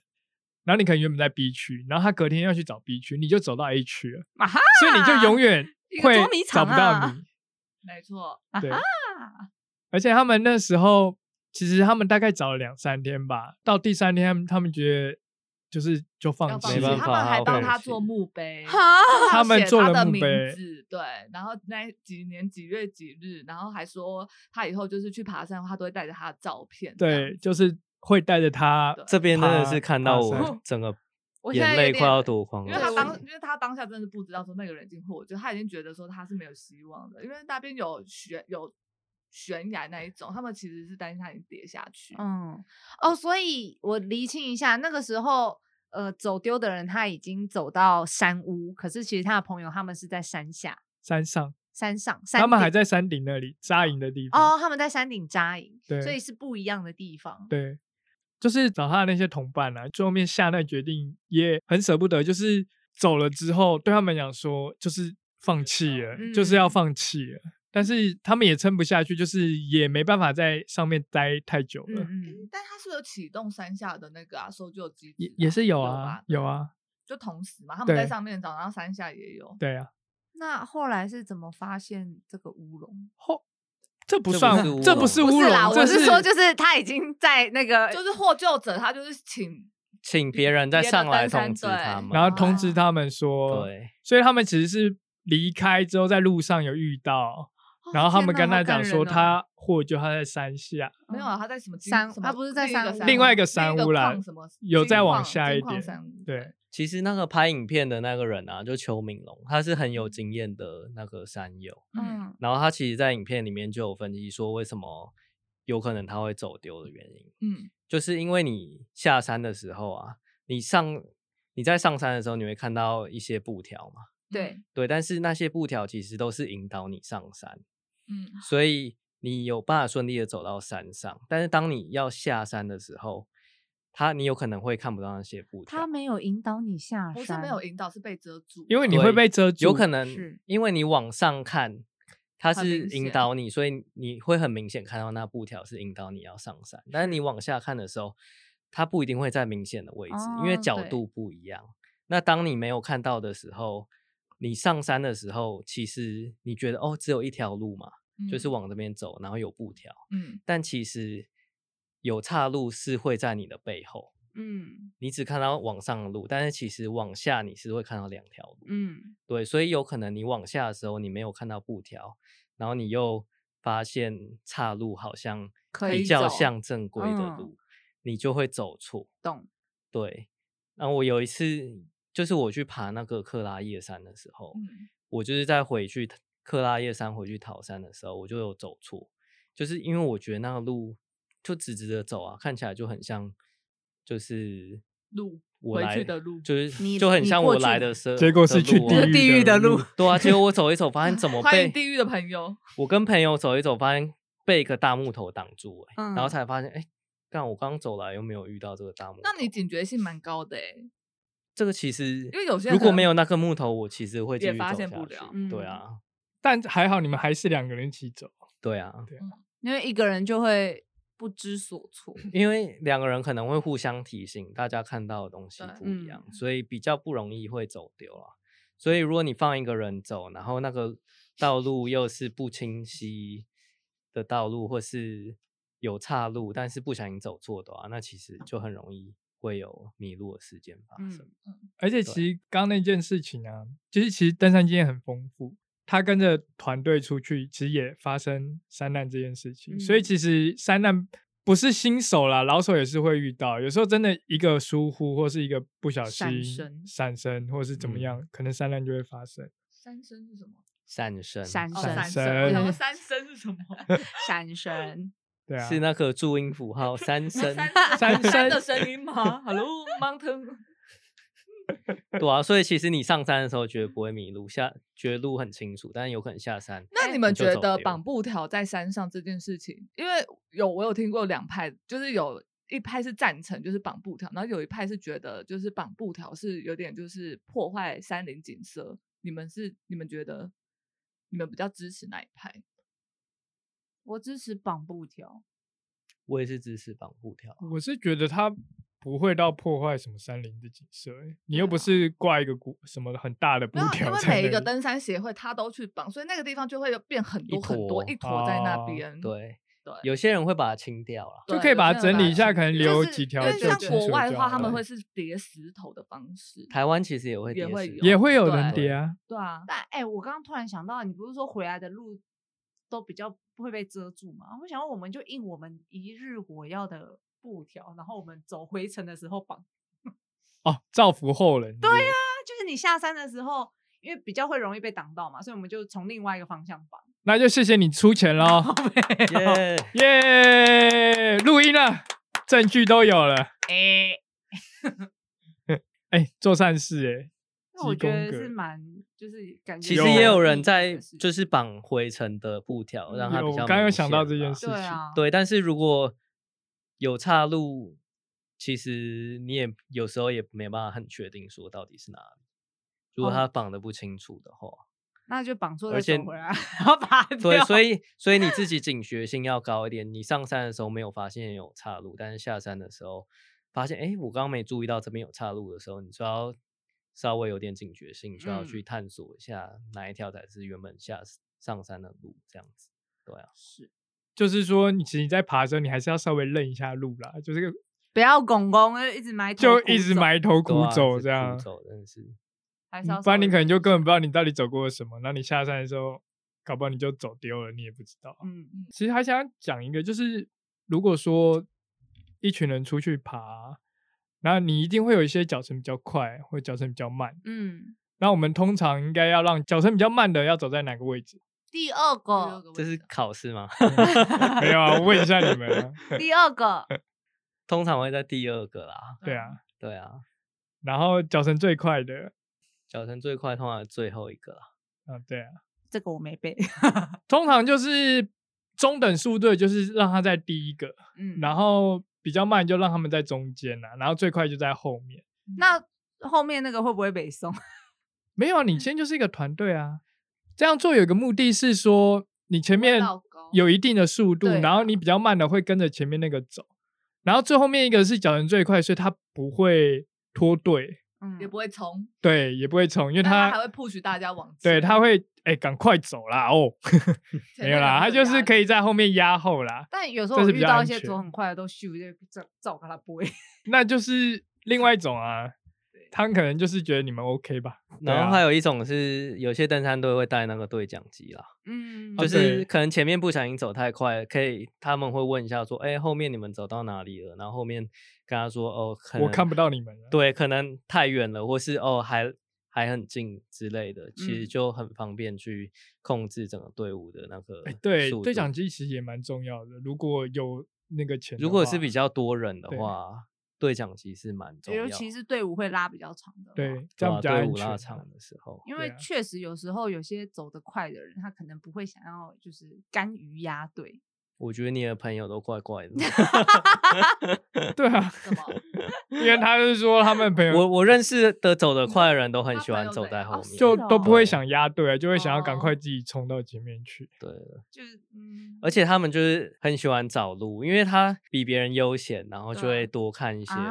Speaker 4: 然后你可能原本在 B 区，然后他隔天要去找 B 区，你就走到 A 区了，
Speaker 2: 啊哈，
Speaker 4: 所以你就永远
Speaker 2: 一个
Speaker 4: 会
Speaker 2: 捉迷
Speaker 4: 找
Speaker 2: 藏
Speaker 4: 不到
Speaker 2: 啊
Speaker 4: 你。
Speaker 1: 没错，
Speaker 4: 对，而且他们那时候其实他们大概找了两三天吧，到第三天他们他们觉得就是就放
Speaker 1: 要放
Speaker 4: 弃
Speaker 3: 没办
Speaker 1: 弃
Speaker 4: 了，
Speaker 1: 他
Speaker 3: 法
Speaker 1: 们还
Speaker 3: 好
Speaker 1: 帮
Speaker 3: 对
Speaker 1: 他
Speaker 3: 不
Speaker 1: 做
Speaker 3: 起
Speaker 1: 墓碑，
Speaker 2: 哈
Speaker 1: 就是
Speaker 4: 他们
Speaker 1: 写
Speaker 4: 做了
Speaker 1: 的
Speaker 4: 墓
Speaker 1: 名
Speaker 4: 碑
Speaker 1: 字，对，然后那几年几月几日，然后还说他以后就是去爬山，他都会带着他的照片，这样
Speaker 4: 对，就是会带着他
Speaker 1: 对
Speaker 3: 这边真的是
Speaker 4: 爬
Speaker 3: 看
Speaker 4: 爬
Speaker 3: 到我
Speaker 4: 山
Speaker 1: [LAUGHS]
Speaker 3: 整个
Speaker 2: 我现在
Speaker 3: 眼
Speaker 2: 有
Speaker 3: 泪快要
Speaker 2: 点
Speaker 3: 夺眶
Speaker 1: 因
Speaker 3: 了
Speaker 1: 为。他
Speaker 2: 对
Speaker 1: 当
Speaker 2: 我，
Speaker 1: 因为他当下真的不知道说那个人已经获救，他已经觉得说他是没有希望的，因为那边有悬有悬崖那一种，他们其实是担心他已经跌下去。
Speaker 2: [LAUGHS] 嗯，哦，所以我厘清一下，那个时候，呃，走丢的人他已经走到山屋，可是其实他的朋友他们是在山下、
Speaker 4: 山上，
Speaker 2: 山上，山
Speaker 4: 他们还
Speaker 2: 顶
Speaker 4: 在山顶那里扎营的地方。
Speaker 2: 哦，他们在山顶扎营，所
Speaker 4: 对
Speaker 2: 以是不一样的地方。
Speaker 4: 对，就是找他的那些同伴啊，最后面下那决定也很舍不得，就是走了之后对他们讲说，就是放弃了，就是要
Speaker 2: 嗯
Speaker 4: 放弃了。但是他们也撑不下去，就是也没办法在上面待太久
Speaker 2: 嗯
Speaker 4: 了。
Speaker 2: 嗯，
Speaker 1: 但他是有启动山下的那个啊搜救机制、
Speaker 4: 也也是有啊
Speaker 1: 吧，
Speaker 4: 有，啊，
Speaker 1: 就同时嘛，他们在
Speaker 4: 对
Speaker 1: 上面找，然后山下也有。
Speaker 4: 对
Speaker 2: 嗯
Speaker 4: 啊。
Speaker 2: 那后来是怎么发现这个乌龙？
Speaker 4: 后这不
Speaker 3: 这不
Speaker 4: 算
Speaker 3: 是乌，
Speaker 4: 这不
Speaker 3: 龙啊
Speaker 4: 是
Speaker 2: 不
Speaker 4: 乌
Speaker 2: 是啦，
Speaker 4: 龙，
Speaker 2: 我
Speaker 4: 这
Speaker 2: 是说就是他已经在那个，
Speaker 1: 就是获救者，他就是请
Speaker 3: 请别人再
Speaker 1: 嗯别的
Speaker 3: 上来
Speaker 1: 登山
Speaker 3: 通知
Speaker 1: 队
Speaker 3: 他们
Speaker 4: 然后通知
Speaker 1: 啊
Speaker 4: 他们说，
Speaker 3: 对，
Speaker 4: 所以他们其实是离开之后在路上有遇到，
Speaker 2: 哦
Speaker 4: 然后他
Speaker 2: 天
Speaker 4: 们
Speaker 2: 哪
Speaker 4: 跟
Speaker 2: 好
Speaker 4: 他
Speaker 2: 感
Speaker 4: 讲说
Speaker 2: 人哦
Speaker 4: 他获救，他在山下，
Speaker 1: 没有啊，他在什么金
Speaker 2: 山
Speaker 1: 什
Speaker 2: 他
Speaker 1: 么
Speaker 2: 不是在
Speaker 1: 另一
Speaker 2: 山
Speaker 1: 个
Speaker 2: 屋
Speaker 1: 山
Speaker 4: 另外一个
Speaker 1: 山
Speaker 4: 山屋啦
Speaker 1: 矿什么
Speaker 4: 有
Speaker 1: 金
Speaker 4: 再往
Speaker 1: 矿
Speaker 4: 下
Speaker 1: 金
Speaker 4: 一
Speaker 1: 矿
Speaker 4: 点
Speaker 1: 山屋
Speaker 4: 对，
Speaker 3: 其实那个拍影片的那个人啊，就邱敏龙，他是很有经验的那个山友。
Speaker 1: 嗯，
Speaker 2: 嗯
Speaker 3: 然后他其实，在影片里面就有分析说，为什么有可能他会走丢的原因，
Speaker 1: 嗯
Speaker 3: 就是因为你下山的时候啊，你上你在上山的时候，你会看到一些布条嘛，
Speaker 2: 对
Speaker 3: 对，但是那些布条其实都是引导你上山，
Speaker 1: 嗯
Speaker 3: 所
Speaker 2: 哦
Speaker 3: 以你有办法顺利的走到山上。但是当你要下山的时候，他你有可能会看不到那些布条
Speaker 2: 他，没有引导你下山，
Speaker 1: 不是没有引导，是被遮住，
Speaker 4: 因为你会
Speaker 3: 对
Speaker 4: 被遮住，
Speaker 3: 有可能
Speaker 2: 是
Speaker 3: 因为你往上看，它
Speaker 1: 很
Speaker 3: 是
Speaker 1: 明
Speaker 3: 引
Speaker 1: 显
Speaker 3: 导你，所以你会很明显看到那布条是引导你要上山。但是你往下看的时候，它不一定会在明显的位置，因为
Speaker 2: 哦
Speaker 3: 角
Speaker 2: 对
Speaker 3: 度不一样。那当你没有看到的时候，你上山的时候，其实你觉得哦，只有一条路嘛，就是
Speaker 1: 嗯
Speaker 3: 往这边走，然后有布条，
Speaker 1: 嗯
Speaker 3: 但其实有岔路是会在你的背后。
Speaker 2: 嗯
Speaker 3: 你只看到往上的路，但是其实往下你是会看到两条路。
Speaker 2: 嗯
Speaker 3: 对，所以有可能你往下的时候，你没有看到布条，然后你又发现岔路好像
Speaker 2: 可
Speaker 3: 比
Speaker 2: 以
Speaker 3: 较
Speaker 2: 走
Speaker 3: 像正规的
Speaker 2: 嗯
Speaker 3: 路，你就会走错。
Speaker 2: 懂
Speaker 3: 对，然后我有一次就是我去爬那个克拉叶山的时候，
Speaker 1: 嗯
Speaker 3: 我就是在回去克拉叶山回去桃山的时候，我就有走错，就是因为我觉得那个路就直直的走啊，看起来就很像就是
Speaker 1: 路
Speaker 3: 我
Speaker 1: 回
Speaker 3: 来
Speaker 1: 去的路
Speaker 3: 就是
Speaker 2: 你
Speaker 3: 就很
Speaker 2: 你
Speaker 3: 像
Speaker 2: 过
Speaker 3: 我
Speaker 2: 去
Speaker 3: 来
Speaker 2: 的
Speaker 3: 的时候，
Speaker 4: 结果
Speaker 3: 的
Speaker 4: 是去
Speaker 3: 路
Speaker 4: 地
Speaker 3: 啊
Speaker 2: 这地狱的路
Speaker 3: 对啊，结果我走一走，发现怎么
Speaker 1: 欢
Speaker 3: 被
Speaker 1: 迎地狱的朋友，
Speaker 3: 我跟朋友走一走，发现被一个大木头挡住、欸，然后
Speaker 2: 嗯
Speaker 3: 才发现，哎、干我刚走来又没有遇到这个大木头。
Speaker 1: 那你警觉性蛮高的哎，
Speaker 3: 这个其实
Speaker 1: 因为有些人
Speaker 3: 如
Speaker 1: 可
Speaker 3: 果
Speaker 1: 能
Speaker 3: 没有那个木头，我其实会继
Speaker 1: 也
Speaker 3: 续
Speaker 1: 发
Speaker 3: 走
Speaker 1: 现
Speaker 3: 下
Speaker 1: 不
Speaker 3: 去
Speaker 1: 了
Speaker 3: 对
Speaker 2: 嗯
Speaker 3: 啊，
Speaker 4: 但还好你们还是两个人一起走，
Speaker 3: 对啊，
Speaker 2: 因为一个人就会不知所措。
Speaker 3: 因为两个人可能会互相提醒，大家看到的东西
Speaker 1: 对嗯
Speaker 3: 不一样，所以比较不容易会走丢啊。所以如果你放一个人走，然后那个道路又是不清晰的道路，或是有岔路，但是不小心走错的话，那其实就很容易会有迷路的事件发生。
Speaker 2: 嗯
Speaker 4: 而且其实刚那件事情啊，就是其实登山经验很丰富，他跟着团队出去，其实也发生山难这件事情，所以
Speaker 2: 嗯
Speaker 4: 其实山难不是新手啦，老手也是会遇到，有时候真的一个疏忽或是一个不小心
Speaker 2: 闪身
Speaker 4: 闪身或是怎么
Speaker 3: 嗯
Speaker 4: 样，可能山难就会发生。
Speaker 1: 三声是什么？
Speaker 3: 闪身，
Speaker 2: 闪
Speaker 1: 哦，
Speaker 2: 闪
Speaker 1: 三
Speaker 4: 身
Speaker 1: 声，我想说
Speaker 2: 对
Speaker 1: 三声是什么？
Speaker 2: 闪神， [LAUGHS]
Speaker 4: 对啊，
Speaker 3: 是那个注音符
Speaker 1: [LAUGHS]
Speaker 3: 号三声，
Speaker 2: [LAUGHS]
Speaker 1: 三
Speaker 4: 三
Speaker 1: 山的
Speaker 4: 声
Speaker 1: 声音吗？Hello 啊 [LAUGHS] Mountain，
Speaker 3: 对啊，所以其实你上山的时候绝对不会迷路，下觉得路很清楚，但是有可能下山，
Speaker 1: 嗯那
Speaker 2: 哎
Speaker 1: 你们
Speaker 3: 你就
Speaker 1: 觉
Speaker 3: 走
Speaker 1: 得
Speaker 3: 丢
Speaker 1: 绑布条在山上这件事情，因为有我有听过两派，就是有一派是赞成就是绑布条，然后有一派是觉得就是绑布条是有点就是破坏山林景色。你们是你们觉得你们比较支持哪一派？
Speaker 2: [LAUGHS] 我支持绑布条。
Speaker 3: 我也是支持绑布条。
Speaker 4: 我是觉得它不会到破坏什么山林的景色、欸，你又
Speaker 2: 对
Speaker 4: 不
Speaker 2: 啊
Speaker 4: 是挂一个古什么很大的布
Speaker 1: 没有，因
Speaker 4: 条
Speaker 1: 为
Speaker 4: 在
Speaker 1: 每一
Speaker 4: 那
Speaker 1: 个
Speaker 4: 里
Speaker 1: 登山协会他都去绑，所以那个地方就会有变很多很多
Speaker 3: 坨
Speaker 1: 一坨在那
Speaker 4: 哦
Speaker 1: 边。
Speaker 3: 对，
Speaker 1: 嗯对
Speaker 3: 有些人会把它清掉了。
Speaker 4: 就
Speaker 1: 对
Speaker 4: 可以
Speaker 1: 有
Speaker 4: 把
Speaker 1: 些
Speaker 4: 它
Speaker 1: 人
Speaker 4: 整
Speaker 1: 把
Speaker 4: 理一
Speaker 1: 它
Speaker 4: 下，
Speaker 1: 清
Speaker 4: 可能
Speaker 1: 就
Speaker 4: 留
Speaker 1: 是
Speaker 4: 几条
Speaker 1: 因为
Speaker 4: 旧
Speaker 1: 像
Speaker 4: 清
Speaker 1: 国
Speaker 4: 水
Speaker 1: 外
Speaker 4: 就
Speaker 1: 的话，
Speaker 4: 好
Speaker 1: 他
Speaker 4: 了
Speaker 1: 们会是叠石头的方式。
Speaker 3: 台湾其实也会
Speaker 1: 也
Speaker 3: 跌
Speaker 1: 会
Speaker 3: 死
Speaker 1: 有
Speaker 4: 也会有
Speaker 1: 对
Speaker 4: 人叠啊，
Speaker 1: 对啊，
Speaker 2: 但哎、我刚刚突然想到，你不是说回来的路都比较不会被遮住吗？我想说我们就印我们一日火药的布条，然后我们走回程的时候绑。
Speaker 4: 哦，造福后人。对呀，
Speaker 2: 啊，就是你下山的时候，因为比较会容易被挡到嘛，所以我们就从另外一个方向绑。
Speaker 4: 那就谢谢你出
Speaker 1: [LAUGHS]
Speaker 4: 钱喽，
Speaker 3: 耶！
Speaker 4: 耶！录音了，证据都有
Speaker 1: [LAUGHS]
Speaker 4: 了。
Speaker 2: 哎、
Speaker 4: 哎，做善事
Speaker 2: 那我
Speaker 4: 鸡
Speaker 2: 觉
Speaker 4: 公
Speaker 2: 得是
Speaker 4: 格
Speaker 2: 蛮，就是感觉
Speaker 3: 其实
Speaker 4: 有
Speaker 1: 啊
Speaker 3: 也有
Speaker 2: 意义
Speaker 3: 人
Speaker 1: 嗯
Speaker 2: 的
Speaker 3: 在
Speaker 2: 事
Speaker 3: 就是绑回程的布条，
Speaker 2: 嗯
Speaker 3: 让
Speaker 4: 哎，
Speaker 3: 它
Speaker 4: 有
Speaker 3: 比
Speaker 4: 我
Speaker 3: 较。
Speaker 4: 刚刚有想到这件
Speaker 3: 事。
Speaker 4: 事
Speaker 2: 对
Speaker 4: 情，
Speaker 2: 啊，
Speaker 3: 对，但是如果有岔路，其实你也有时候也没办法很确定说到底是哪里。如果
Speaker 2: 哦
Speaker 3: 它绑的不清楚的话，
Speaker 2: 那就绑错
Speaker 3: 而
Speaker 2: 再
Speaker 3: 且
Speaker 2: 走回来，然后把它
Speaker 3: 对，
Speaker 2: 掉
Speaker 3: 所以所以你自己警觉性要高一点。你上山的时候没有发现有岔路，但是下山的时候发现，哎，我刚刚没注意到这边有岔路的时候，你就要稍微有点警觉性，就要去
Speaker 2: 嗯
Speaker 3: 探索一下哪一条才是原本下上山的路，这样子。对啊，
Speaker 4: 就是说，你其实你在爬的时候，你还是要稍微认一下路啦，就是
Speaker 2: 不要拱拱，一直埋头
Speaker 4: 就
Speaker 2: 苦
Speaker 4: 一直
Speaker 2: 走，
Speaker 4: 埋头
Speaker 3: 对
Speaker 4: 苦
Speaker 3: 啊
Speaker 4: 走
Speaker 3: 是
Speaker 4: 这样
Speaker 3: 苦，走真的是。
Speaker 2: 还是
Speaker 4: 嗯
Speaker 2: 要
Speaker 4: 不
Speaker 2: 稍
Speaker 4: 然你
Speaker 2: 微
Speaker 4: 可能就
Speaker 2: 认
Speaker 4: 根
Speaker 2: 识
Speaker 4: 本不知道你到底走过了什么，然后你下山的时候，搞不好你就走丢了，你也不知道。
Speaker 2: 嗯嗯
Speaker 4: 其实还想讲一个，就是如果说一群人出去爬，然后你一定会有一些脚程比较快，或者脚程比较慢。
Speaker 2: 嗯，
Speaker 4: 那我们通常应该要让脚程比较慢的要走在哪个位置？
Speaker 2: 第二
Speaker 4: 哦
Speaker 1: 有
Speaker 2: 个
Speaker 1: 个
Speaker 3: 这
Speaker 1: 位
Speaker 3: 是
Speaker 1: 置
Speaker 3: 考试吗？
Speaker 4: [LAUGHS] 没有啊，我问一下你们、
Speaker 2: [LAUGHS]
Speaker 4: 啊。
Speaker 2: 第二个
Speaker 3: 通常会在第二个啦。
Speaker 4: 对
Speaker 2: 嗯
Speaker 4: 啊，
Speaker 3: 对啊，
Speaker 4: 然后脚程最快的，
Speaker 3: 脚程最快，通常是最后一个啦。
Speaker 4: 啊，对啊，
Speaker 2: 这个我没
Speaker 3: [LAUGHS]
Speaker 2: 背，
Speaker 4: 通常就是中等速度，就是让它在第一个，
Speaker 2: 嗯，
Speaker 4: 然后比较慢就让他们在中间啦、然后最快就在后面。
Speaker 2: 那后面那个会不会北松？
Speaker 4: 没有啊，
Speaker 1: 嗯
Speaker 4: 你先就是一个团队啊。这样做有一个目的是说，你前面
Speaker 1: 绕高
Speaker 4: 有一定的速度，
Speaker 2: 对
Speaker 4: 然后你比较慢的会跟着前面那个走，然后最后面一个是脚程最快，所以它不会脱队，
Speaker 2: [LAUGHS] 嗯
Speaker 1: 也不会冲，
Speaker 4: 对，也不会冲，因为
Speaker 1: 但他还
Speaker 4: 它
Speaker 1: 会 push 大家往前。
Speaker 4: 对它会哎赶快走啦哦， [LAUGHS]
Speaker 1: 前
Speaker 4: 没
Speaker 1: 面
Speaker 4: 有啦，
Speaker 1: 两
Speaker 4: 它
Speaker 1: 个有
Speaker 4: 就
Speaker 1: 压
Speaker 4: 是
Speaker 1: 力
Speaker 4: 可以在后面压后啦，
Speaker 2: 但有时
Speaker 4: 这
Speaker 2: 候我
Speaker 4: 是比
Speaker 2: 遇
Speaker 4: 较
Speaker 2: 到
Speaker 4: 安
Speaker 2: 一些走
Speaker 4: 全
Speaker 2: 很快的都咻就照照跟他播，
Speaker 3: [LAUGHS]
Speaker 4: 那就是另外一种啊，他们可能就是觉得你们 OK 吧，对
Speaker 3: 然
Speaker 4: 啊
Speaker 3: 后还有一种是有些登山队会带那个对讲机啦，
Speaker 2: 嗯，
Speaker 4: 哦
Speaker 3: 就
Speaker 4: 对
Speaker 3: 是可能前面不小心走太快，可以他们会问一下说，哎、后面你们走到哪里了？然后后面跟他说，哦，可能
Speaker 4: 我看不到你们了，
Speaker 3: 对，可能太远了，或是哦还还很近之类的，其实
Speaker 2: 嗯
Speaker 3: 就很方便去控制整个队伍的那个、
Speaker 4: 哎对，对讲。机其实也蛮重要的，如果有那个钱的话，
Speaker 3: 如果是比较多人的
Speaker 4: 对
Speaker 3: 话，对讲机是蛮重要
Speaker 2: 尤
Speaker 3: 的，
Speaker 2: 其是队伍会拉比较长的话，
Speaker 4: 对，这
Speaker 3: 对
Speaker 4: 样比较
Speaker 3: 啊队
Speaker 4: 安
Speaker 3: 伍
Speaker 4: 全
Speaker 3: 拉
Speaker 4: 啊。
Speaker 3: 长的时候。
Speaker 2: 因
Speaker 4: 对
Speaker 2: 为
Speaker 4: 啊
Speaker 2: 确实有时候有些走得快的人，他可能不会想要就是甘于压队，
Speaker 3: 我觉得你的朋友都怪怪的。
Speaker 4: 对啊，
Speaker 1: 什么？
Speaker 4: 因为他是说他们朋友
Speaker 3: 我我认识的走得快的人都很
Speaker 1: 他
Speaker 3: 喜
Speaker 1: 朋
Speaker 3: 欢
Speaker 1: 友
Speaker 3: 走
Speaker 1: 怎
Speaker 3: 在
Speaker 1: 样
Speaker 3: 后
Speaker 1: 哦
Speaker 3: 面，
Speaker 4: 就是都不会
Speaker 3: 对
Speaker 4: 想压队啊，就会想要赶
Speaker 2: 哦
Speaker 4: 快自己冲到前面去。
Speaker 3: 对了，
Speaker 2: 就是嗯，
Speaker 3: 而且他们就是很喜欢找路，因为他比别人悠闲，然后就
Speaker 2: 对啊
Speaker 3: 会多看一些路。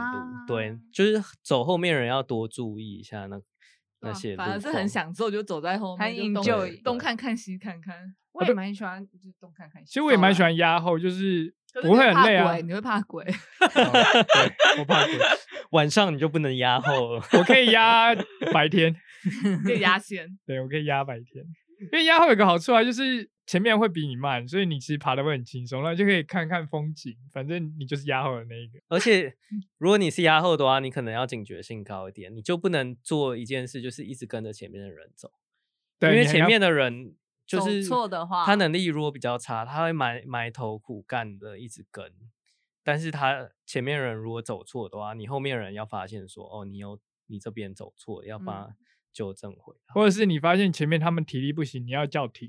Speaker 3: 对
Speaker 2: 啊，
Speaker 3: 就是走后面人要多注意一下那
Speaker 1: 对
Speaker 3: 那
Speaker 1: 啊
Speaker 3: 些路
Speaker 1: 反
Speaker 3: 况。
Speaker 1: 而是很享受，就走在后
Speaker 2: 很
Speaker 1: 面，就东
Speaker 2: enjoy
Speaker 1: 东看看西看看。
Speaker 2: 我也蛮喜欢就是东看看西看。
Speaker 4: 其实我也
Speaker 3: 哦
Speaker 4: 蛮喜欢压后，就是
Speaker 1: [LAUGHS] 可是
Speaker 4: 不
Speaker 1: 你
Speaker 4: 会很
Speaker 1: 怕
Speaker 4: 累啊。
Speaker 1: 鬼你会怕鬼， [LAUGHS]
Speaker 4: 哦对我怕鬼，
Speaker 3: 晚上你就不能压后了。
Speaker 4: [LAUGHS] 我可以压白天，
Speaker 1: 就压线。
Speaker 4: 对我可以压白天，因为压后有个好处啊，就是前面会比你慢，所以你其实爬的会很轻松，然后就可以看看风景，反正你就是压后的那一个。
Speaker 3: 而且
Speaker 1: 嗯
Speaker 3: 如果你是压后的话，你可能要警觉性高一点，你就不能做一件事，就是一直跟着前面的人走，
Speaker 4: 对，
Speaker 3: 因为
Speaker 4: 你还
Speaker 3: 前
Speaker 4: 要
Speaker 3: 面的人就
Speaker 2: 走
Speaker 3: 是
Speaker 2: 错的话
Speaker 3: 他能力如果比较差，他会埋埋头苦干的一直跟。但是他前面人如果走错的话，你后面人要发现说，哦，你有你这边走错，
Speaker 1: 嗯
Speaker 3: 要把它纠正回来。
Speaker 4: 或者是你发现前面他们体力不行，你要叫停，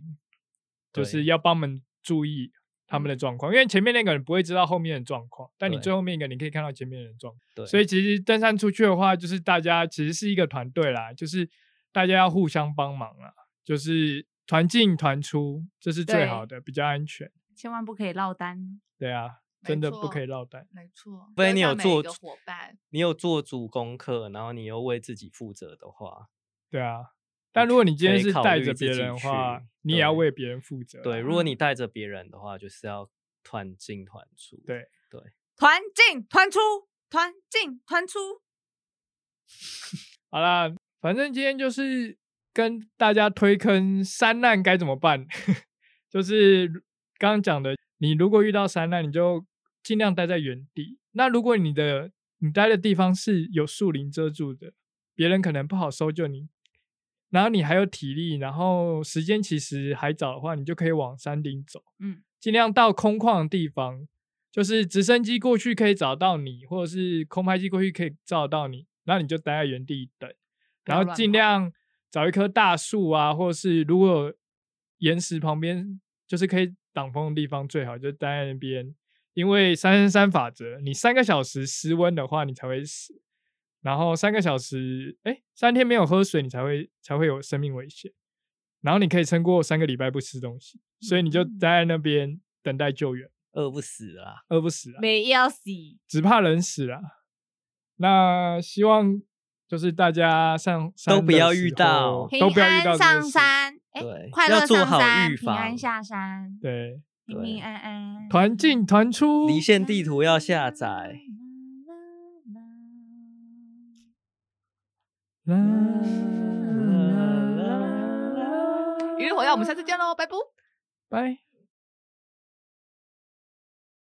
Speaker 4: 就
Speaker 3: 对嗯
Speaker 4: 是要帮们注意他们的状况，因为前面那个人不会知道后面的状况，但你
Speaker 3: 对
Speaker 4: 最后面一个你可以看到前面的人状况。
Speaker 3: 对，
Speaker 4: 所以其实登山出去的话，就是大家其实是一个团队啦，就是大家要啊互相帮忙啦，就是团进团出，这是最
Speaker 2: 对
Speaker 4: 好的，比较安全。
Speaker 2: 千万不可以落单。
Speaker 4: 对啊，
Speaker 1: 没
Speaker 4: 真的不
Speaker 1: 错
Speaker 4: 可以落单。
Speaker 1: 没错。
Speaker 3: 除非
Speaker 1: 分
Speaker 3: 你有
Speaker 1: 享每一
Speaker 3: 做
Speaker 1: 个
Speaker 3: 足
Speaker 1: 伙伴，
Speaker 3: 你有做足功课，然后你又为自己负责的话，
Speaker 4: 对啊，但如果你今
Speaker 3: 可
Speaker 4: 天
Speaker 3: 以
Speaker 4: 是
Speaker 3: 考
Speaker 4: 带
Speaker 3: 虑
Speaker 4: 着
Speaker 3: 自
Speaker 4: 别
Speaker 3: 己
Speaker 4: 人的话
Speaker 3: 去，
Speaker 4: 你也要
Speaker 3: 对
Speaker 4: 为别人负责啦。
Speaker 3: 对，如果你带着别人的话，就是要团进团出。
Speaker 4: 对
Speaker 3: 对，
Speaker 2: 团进团出，团进团出。
Speaker 4: 好啦，反正今天就是跟大家推坑山难该怎么办， [LAUGHS] 就是刚刚讲的，你如果遇到山难，你就尽量待在原地。那如果你的你待的地方是有树林遮住的，别人可能不好搜救你，然后你还有体力，然后时间其实还早的话，你就可以往山顶走，
Speaker 2: 嗯，
Speaker 4: 尽量到空旷的地方，就是直升机过去可以找到你，或者是空拍机过去可以照到你，然后你就待在原地等，
Speaker 2: 不
Speaker 4: 然
Speaker 2: 要
Speaker 4: 后
Speaker 2: 乱哦
Speaker 4: 尽
Speaker 2: 跑
Speaker 4: 量找一棵大树啊，或者是如果有岩石旁边就是可以挡风的地方最好，就待在那边，因为三三三法则，你三个小时失温的话，你才会死。然后三个小时，哎，三天没有喝水，你才会才会有生命危险。然后你可以撑过三个礼拜不吃东西，所以你
Speaker 3: 嗯
Speaker 4: 就待在那边等待救援，
Speaker 3: 饿不死啊！
Speaker 4: 饿不死啊，
Speaker 2: 没要死，
Speaker 4: 只怕人死啊。那希望就是大家上山
Speaker 3: 都
Speaker 4: 的
Speaker 3: 不要
Speaker 4: 时
Speaker 3: 遇
Speaker 4: 候
Speaker 3: 到
Speaker 4: 都不要遇
Speaker 2: 平
Speaker 4: 到
Speaker 2: 安
Speaker 4: 这件
Speaker 2: 上
Speaker 4: 事。
Speaker 2: 山，哎
Speaker 3: 对，
Speaker 2: 快
Speaker 3: 要
Speaker 2: 乐
Speaker 3: 做
Speaker 2: 上
Speaker 3: 好
Speaker 2: 山，
Speaker 3: 预
Speaker 2: 平安
Speaker 3: 防
Speaker 2: 下山，
Speaker 4: 对，
Speaker 2: 平
Speaker 3: 对
Speaker 2: 平安安，
Speaker 4: 团进团
Speaker 1: 哦
Speaker 4: 出，
Speaker 3: 嗯离线地图要下载。
Speaker 4: 啦
Speaker 3: 啦啦啦
Speaker 1: 一日火药，我们下次见喽，拜拜。
Speaker 4: 拜。